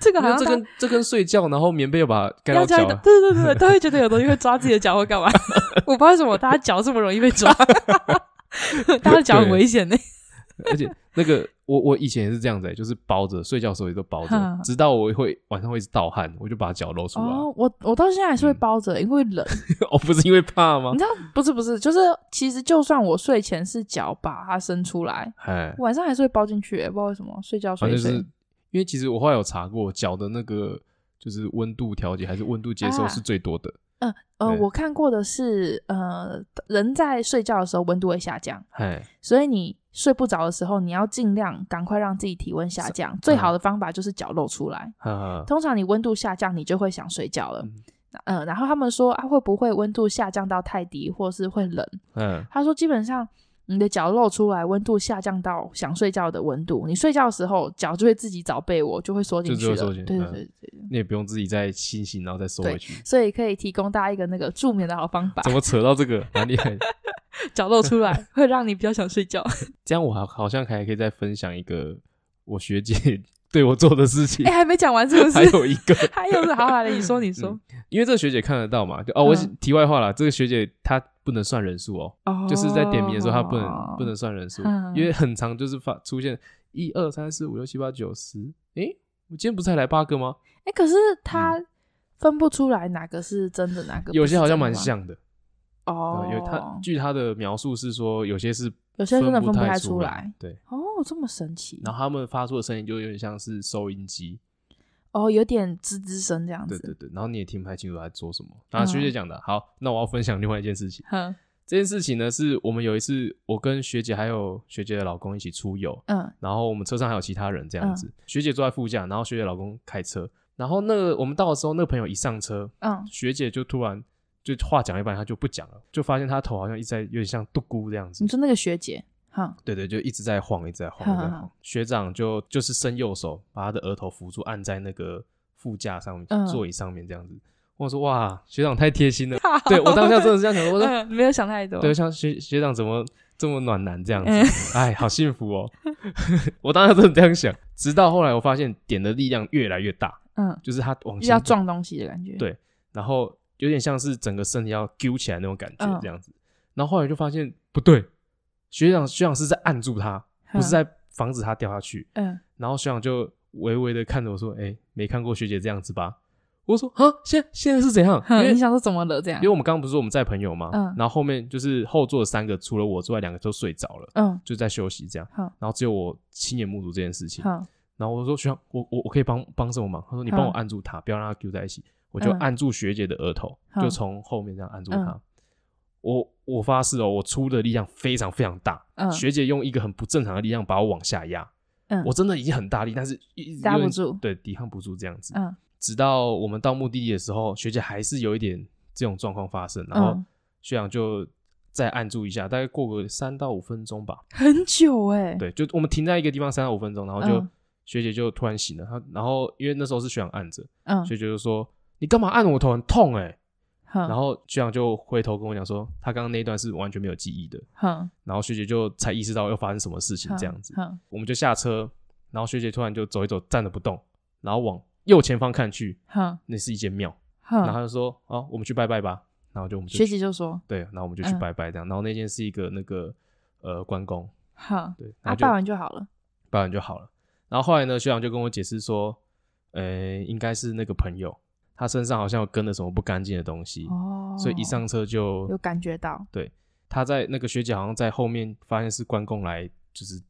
这个
因
好
为
像
这
大
跟这跟睡觉，然后棉被又把它盖
啊要
到
加一
脚
的，
啊。
对对对对，都会觉得有东西会抓自己的脚或干嘛。 我不知道为什么大家脚这么容易被 抓，大家的脚很危险呢、
而且那个我我以前也是这样子、欸，就是包着睡觉的时候也都包着
哼，
直到我会晚上会一直盗汗，我就把脚露出来。哦，
哦，我我到现在还是会包
嗯
着，因为冷。
不是因为怕吗
你？知道，不是不是，就是其实就算我睡前是脚把它伸出来，
哎，
晚上还是会包进去、不知道为什么。睡觉
反
睡一
正就
睡，
是因为其实我后来有查过，脚的那个就是温度调节还是温度接受
啊
是最多的。
呃，
对
我看过的是，呃，人在睡觉的时候温度会下降，
哎、
所以你睡不着的时候，你要尽量赶快让自己体温下降。最
嗯
好的方法就是脚露出来。
哈哈，
通常你温度下降，你就会想睡觉了
嗯。
嗯、然后他们说啊，会不会温度下降到太低，或是会冷？
嗯，
他说基本上你的脚露出来，温度下降到想睡觉的温度。你睡觉的时候，脚就会自己找被窝，就会缩进
就
去
就会
了。
缩进去
对对
嗯
对对对。
你也不用自己再清醒，然后再收回去。
所以可以提供大家一个那个助眠的好方法
怎，么扯到这个？蛮厉害的。
脚露出来会让你比较想睡觉。
这样我好好像还可以再分享一个我学姐 对我做的事情
哎、，还没讲完是不
还
是？
有一个，
还有是好好的，你 说你说、
因为这个学姐看得到嘛。就哦，我
嗯
题外话啦，这个学姐她不能算人数哦，
哦，
就是在点名的时候她不能不能算人数
嗯，
因为很长就是发出现一二三四五六七八九十，诶，我今天不是才来八个吗？
哎、可是他分不出来哪个是真的，哪个
嗯有些好像
不是
蛮
真的吗
像的，
哦
对，有她据她的描述是说，有些是
有些真的
分
分不
太
太
出
出
来
来，
对，
哦，这么神奇，
然后他们发出的声音就有点像是收音机，
哦，有点吱吱声这样
对
子，
对对，然后你也听不太清楚他在做什么。啊，学
嗯
姐讲的，好，那我要分享另外一件事 情。
哼，
这件事情呢，是我们有一次我跟学姐还有学姐的老公一起出游，
嗯
然后我们车上还有其他人这样子，学姐坐在副驾，然后学姐老公开车，然后那个我们到的时候，那个朋友一上车，
嗯，
学姐就突然就话讲一半，她就不讲了，就发现她头好像一直在有点像嘟咕这样子
你，说那个学姐，哼，
对对，就一直在晃，一直在晃，
哈
一直在
哈
晃。学长就就是伸右手把他的额头扶住，按在那个副驾上面、
嗯
座椅上面这样子。我说哇，学长太贴心了。对我当下真的是这样想的，我说、
嗯，没有想太多，
对，像学学长怎么这么暖男这样子
嗯，
哎、好幸福哦。 我当下真的这样想，直到后来我发现点的力量越来越大，
嗯，
就是他往
就要
前
撞东西的感觉，
对然后有点像是整个身体要揪起来那种感觉
嗯
这样子。然后后来就发现不对，学长学长是在按住他，不是
哼，
在防止他掉下去。
嗯，
然后学长就微微的看着我说：“哎、没看过学姐这样子吧？”我说：“啊，现在现在是怎样？因
哼，
为
你想说怎么了这样
因为？我们刚刚不是说我们载朋友嘛，
嗯
然后后面就是后座的三个除了我之外，两个都睡着了，
嗯，
就在休息这样。
嗯
然后只有我亲眼目睹这件事情。
哼，
然后我说学长，我我我可以帮帮什么忙？他说你帮我
嗯
按住他，不要让他揪在一起。我就
嗯
按住学姐的额头，
嗯
就从后面这样按住
嗯
她。我我发誓哦，我出的力量非常非常大，
嗯
学姐用一个很不正常的力量把我往下压，
嗯
我真的已经很大力，但是一直
压
有点
不住
对，抵抗不住这样子。
嗯
直到我们到目的地的时候，学姐还是有一点这种状况发生，然后
嗯
学长就再按住一下，大概过个三到五分钟吧。
很久哎，
对，就我们停在一个地方三到五分钟，然后就、
嗯
学姐就突然醒了，她然后因为那时候是学长按着，
嗯，
学姐就说。你干嘛按我头很痛哎、
哼，
然后学长就回头跟我讲说，他刚刚那一段是完全没有记忆的。
哼，
然后学姐就才意识到要发生什么事
嗯
情这样子。
哼，
我们就下车，然后学姐突然就走一走，站着不动，然后往右前方看去，
哼，
那是一间庙，
哼，
然后她就说：“哦，我们去拜拜吧。”然后就我们就
嗯学
去
姐就说，
对，然后我们就去
嗯
拜拜这样。然后那间是一个那个呃关公，
哼，
对，然
啊，
后就
拜完就好了，
拜完就好了。然后后来呢，学长就跟我解释说，呃，应该是那个朋友，他身上好像有跟了什么不干净的东西，
哦，
所以一上车就
有感觉到，
他在那个学姐好像在后面发现是关公来，就是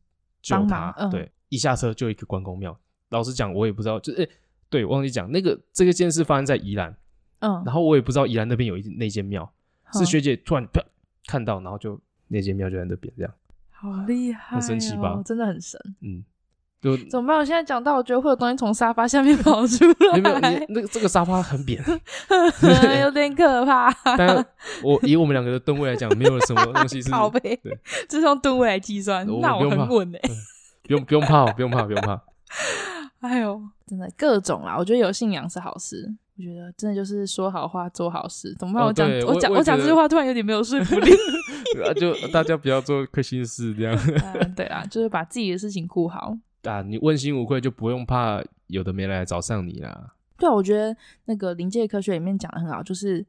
救
帮
他
忙。嗯
对，一下车就一个关公庙。老实讲，我也不知道，就是、诶对我忘记讲那个这个件事发生在宜兰，
嗯，
然后我也不知道宜兰那边有一那间庙，是
哼
学姐突然啪看到，然后就那间庙就在那边这样。
好厉害、哦，
神奇吧
真的很神。
嗯， 就
怎么办？我现在讲到，我觉得会有东西从沙发下面 跑出来，
没有没有，你那个这个沙发很 扁，
有点可怕。
但我以我们两个的吨位来讲，没有什么东西 是
靠背
对，
这是用吨位来计算
我，
那
不
我
用怕
很稳哎、
不用不用怕哦，不用怕，不用怕。
哎呦，真的各种啦，我觉得有信仰是好事。我觉得真的就是说好话做好事。怎么办？
哦
我讲
对我
讲
我也
我讲
觉
这
得
句话突然有点没有说服力。
啊就大家不要做亏心事， 这样
嗯，对啦，就是把自己的事情顾好。
啊，你问心无愧就不用怕有的没来找上你啦。
对啊，我觉得那个临界科学里面讲的很好，就是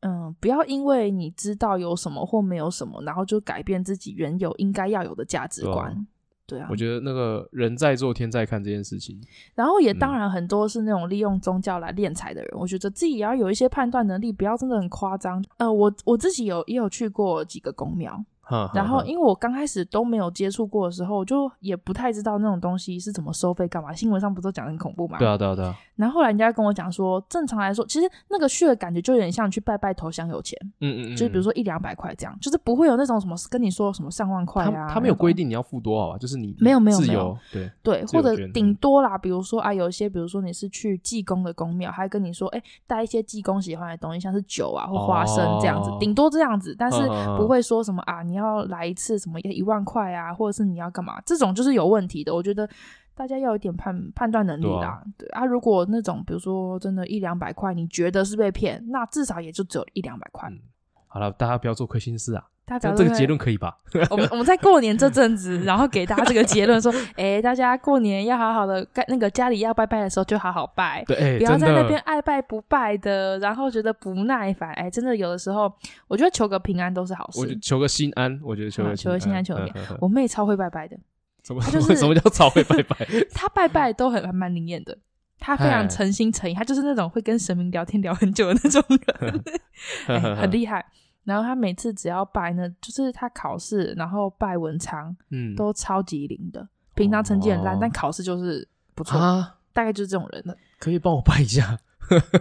嗯，不要因为你知道有什么或没有什么，然后就改变自己原有应该要有的价值
对啊
观。对啊
我，觉得那个人在做天在看这件事情，
然后也
嗯
当然很多是那种利用宗教来敛财的人，我觉得自己也要有一些判断能力，不要真的很夸张。呃，我我自己有也有去过几个公庙，
哈哈
然后
哈
因为我刚开始都没有接触过的时候，我就也不太知道那种东西是怎么收费干嘛，新闻上不都讲得很恐怖嘛。
对啊对啊对啊，
然后后来人家跟我讲说，正常来说，其实那个去的感觉就有点像去拜拜投降有钱，
嗯嗯嗯，
就是比如说一两百块这样，就是不会有那种什么跟你说什么上万块
他
啊，
他没有规定你要付多少啊，就是你
没有没有
自
没有
由对，
对，
自由
或者
捐
顶多啦，比如说啊，有一些比如说你是去济公的宫庙，他还跟你说，哎、带一些济公喜欢的东西，像是酒啊或花生这样子
哦，
顶、多这样子，但是
嗯嗯嗯
不会说什么啊，你要来一次什么一万块啊，或者是你要干嘛，这种就是有问题的。我觉得大家要有一点判判断能力
对啊
啦。对啊，如果那种比如说真的一两百块，你觉得是被骗，那至少也就只有一两百块
嗯。好了，大家不要做亏心事啊，
大家
这
不
这
要
个结论可以吧？
我们我们在过年这阵子，
嗯
然后给大家这个结 论说，哎、大家过年要好好的，该那个家里要拜拜的时候就好好拜，
对，哎
不要
真
在
的
那边爱拜不拜的，然后觉得不耐烦，哎、真的有的时候，我觉得求个平安都是好
我就
事。
求个心安，我觉得求
嗯
个
求个心安求个
个
平 我妹超会拜拜的，
什嗯么
他 就是
什么叫早会拜拜？
她拜拜都很还蛮灵验的，她非
嗨
常诚心
哎
诚意，她就是那种会跟神明聊天聊很久的那种 人。 哎很厉害。然后他每次只要拜呢，就是他考试，然后拜文昌
嗯
都超级灵的。平常成绩很烂，
哦
但考试就是不错，
啊，
大概就是这种人。
可以帮我拜一 下？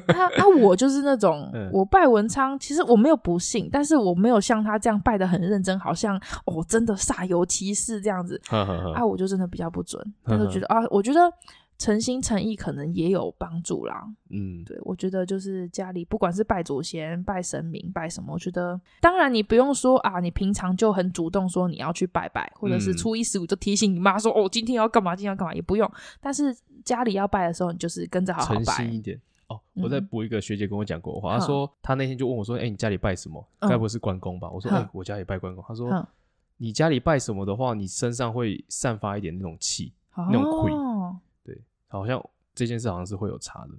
那那我就是那种
嗯，
我拜文昌，其实我没有不信，但是我没有像他这样拜的很认真，好像哦真的煞有其事这样子。
呵呵
啊，
呵
我就真的比较不准，但
嗯
是觉得啊，我觉得诚心诚意可能也有帮助啦。
嗯，
对，我觉得就是家里不管是拜祖先、拜神明、拜什么，我觉得当然你不用说啊，你平常就很主动说你要去拜拜，或者是
嗯
初一十五就提醒你妈说、哦，今天要干嘛，今天要干嘛，也不用。但是家里要拜的时候，你就是跟着好好
诚
拜
心。一点。哦，我再
嗯
补一个学姐跟我讲过的话，
嗯
她说她那天就问我说：“哎，你家里拜什么？
嗯
该不会是关公吧？”我说：“
嗯
哎，我家里拜关公。”她说
嗯：“
你家里拜什么的话，你身上会散发一点那种气，那种亏
哦
好像这件事好像是会有差的。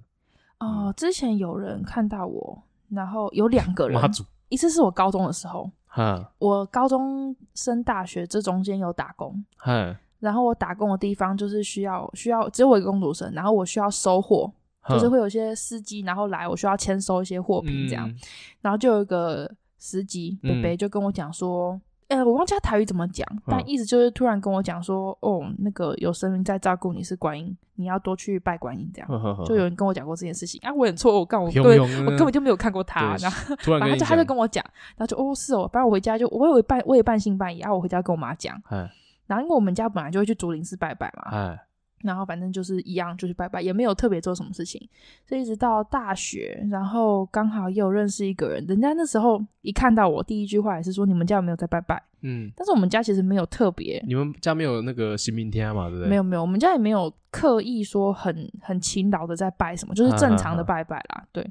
嗯
哦，之前有人看到我，然后有两个人
妈，祖
一次是我高中的时候，
哈
我高中升大学这中间有打工，
哈，
然后我打工的地方就是需要需要只有我一个工读生，然后我需要收货，
哼
就是会有一些司机然后来，我需要签收一些货品这样，
嗯
然后就有一个司机
嗯嗯
北北就跟我讲说。呃，我忘记他台语怎么讲，但意思就是突然跟我讲说，哦，那个有神明在照顾你是观音，你要多去拜观音，这样、
呵呵呵
就有人跟我讲过这件事情啊，我很错，我刚我
平
根
庸啊
本我根本就没有看过他，
对
然后
突然跟
反正
你
就他就跟
我
我讲，然后就哦是哦，不然我回家就我有半我也半信半疑啊，我回家跟我妈讲，
哎
然后因为我们家本来就会去竹林寺拜拜嘛，
哎
然后反正就是一样，就去拜拜，也没有特别做什么事情。所以一直到大学，然后刚好也有认识一个人，人家那时候一看到我，第一句话也是说你们家有没有在拜拜？
嗯，
但是我们家其实没有特别，
你们家没有那个新明天啊嘛？对不对？
没有没有，我们家也没有刻意说很很勤劳的在拜什么，就是正常的拜拜啦，对。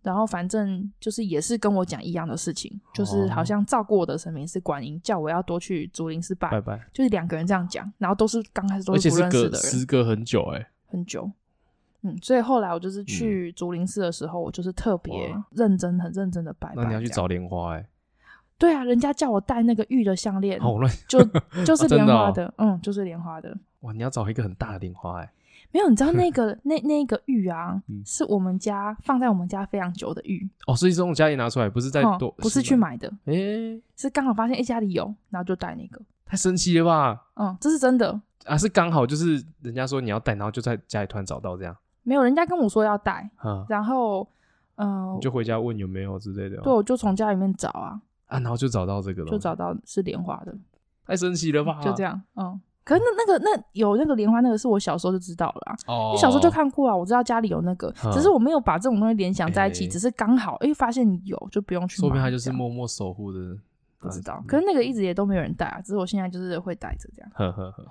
然后反正就是也是跟我讲一样的事情，就是
哦
好像照顾我的神明是观音，叫我要多去竹林寺拜，
拜拜，
就是两个人这样讲，然后都是刚开啊始都
而且
是不
是
认识
隔
的人，
时隔很久哎、
很久。嗯，所以后来我就是去竹林寺的时候，我就是特别
哇
认真、很认真的拜拜。
那你要去
这样？
找莲花哎、
对啊，人家叫我戴那个玉的项链，
好乱
就就是
哦真的
莲花
哦
的，嗯，就是莲花的。
哇！你要找一个很大的莲花哎、
没有，你知道那 个那那个玉啊
嗯，
是我们家放在我们家非常久的玉，
哦，所以从家里拿出来，不是在
哦
多，
不是去买的，
哎、
是刚好发现哎家里有，然后就戴那个。
太神奇了吧！
嗯，这是真的，
啊，是刚好就是人家说你要带，然后就在家里突然找到这样，
没有人家跟我说要戴，
啊，
然后嗯，
你就回家问有没有之类的哦、
对，我就从家里面找啊，
啊，然后就找到这个了，
就找到是莲花的。
太神奇了吧！
就这样，嗯。可是那那个那有那个莲花那个是我小时候就知道了啊，
哦，
因为小时候就看过啊，我知道家里有那个，
嗯
只是我没有把这种东西联想在一起，
哎
只是刚好哎发现有就不用去买。
说不定他就是
这样
默默守护的，
不知道，
嗯
可是那个一直也都没有人带啊，只是我现在就是会带着这样，
呵呵呵，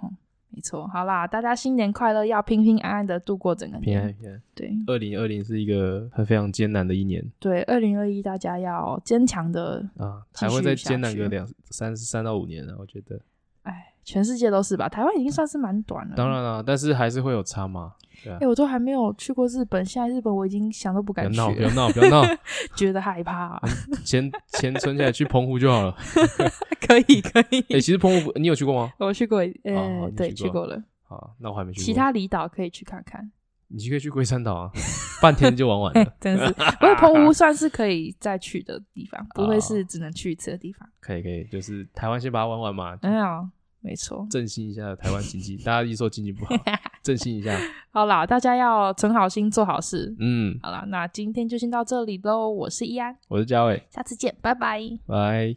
没错。好啦，大家新年快乐，要平平安安的度过整个
平
年。
安平安。
对
二零二零是一个很非常艰难的一年
对，二零二一大家要坚强的，
啊，
继
还会
续
再
下
艰难
去啊
个两三三到五年啊呢、我觉得。
哎，全世界都是吧？台湾已经算是蛮短了。
当，然啦，但是还是会有差嘛。对啊
哎，，我都还没有去过日本，现在日本我已经想都不
不要
敢去
闹，不要
了，
闹，不要闹，
觉得害怕啊。
钱钱存起来去澎湖就好了。
可以可 以，
哎，其实澎湖你有去过吗？
我去过一，呃、
哦好你
对，
去
去
过
过了。
啊，那我还没去过。
其他离岛可以去看看，
你去可以去龟山岛啊，半天就玩完
嘿
了。
真 是。不过澎湖算是可以再去的地方，不
哦
会是只能去一次的地方。
可以可以，就是台湾先把它玩完嘛，
哎呀，没错，
振兴一下台湾经济。大家一说经济不好，振兴一下。
好啦，大家要存好心，做好事。
嗯，
好啦，那今天就先到这里喽。我是依安，
我是嘉伟，
下次见，拜拜。
拜。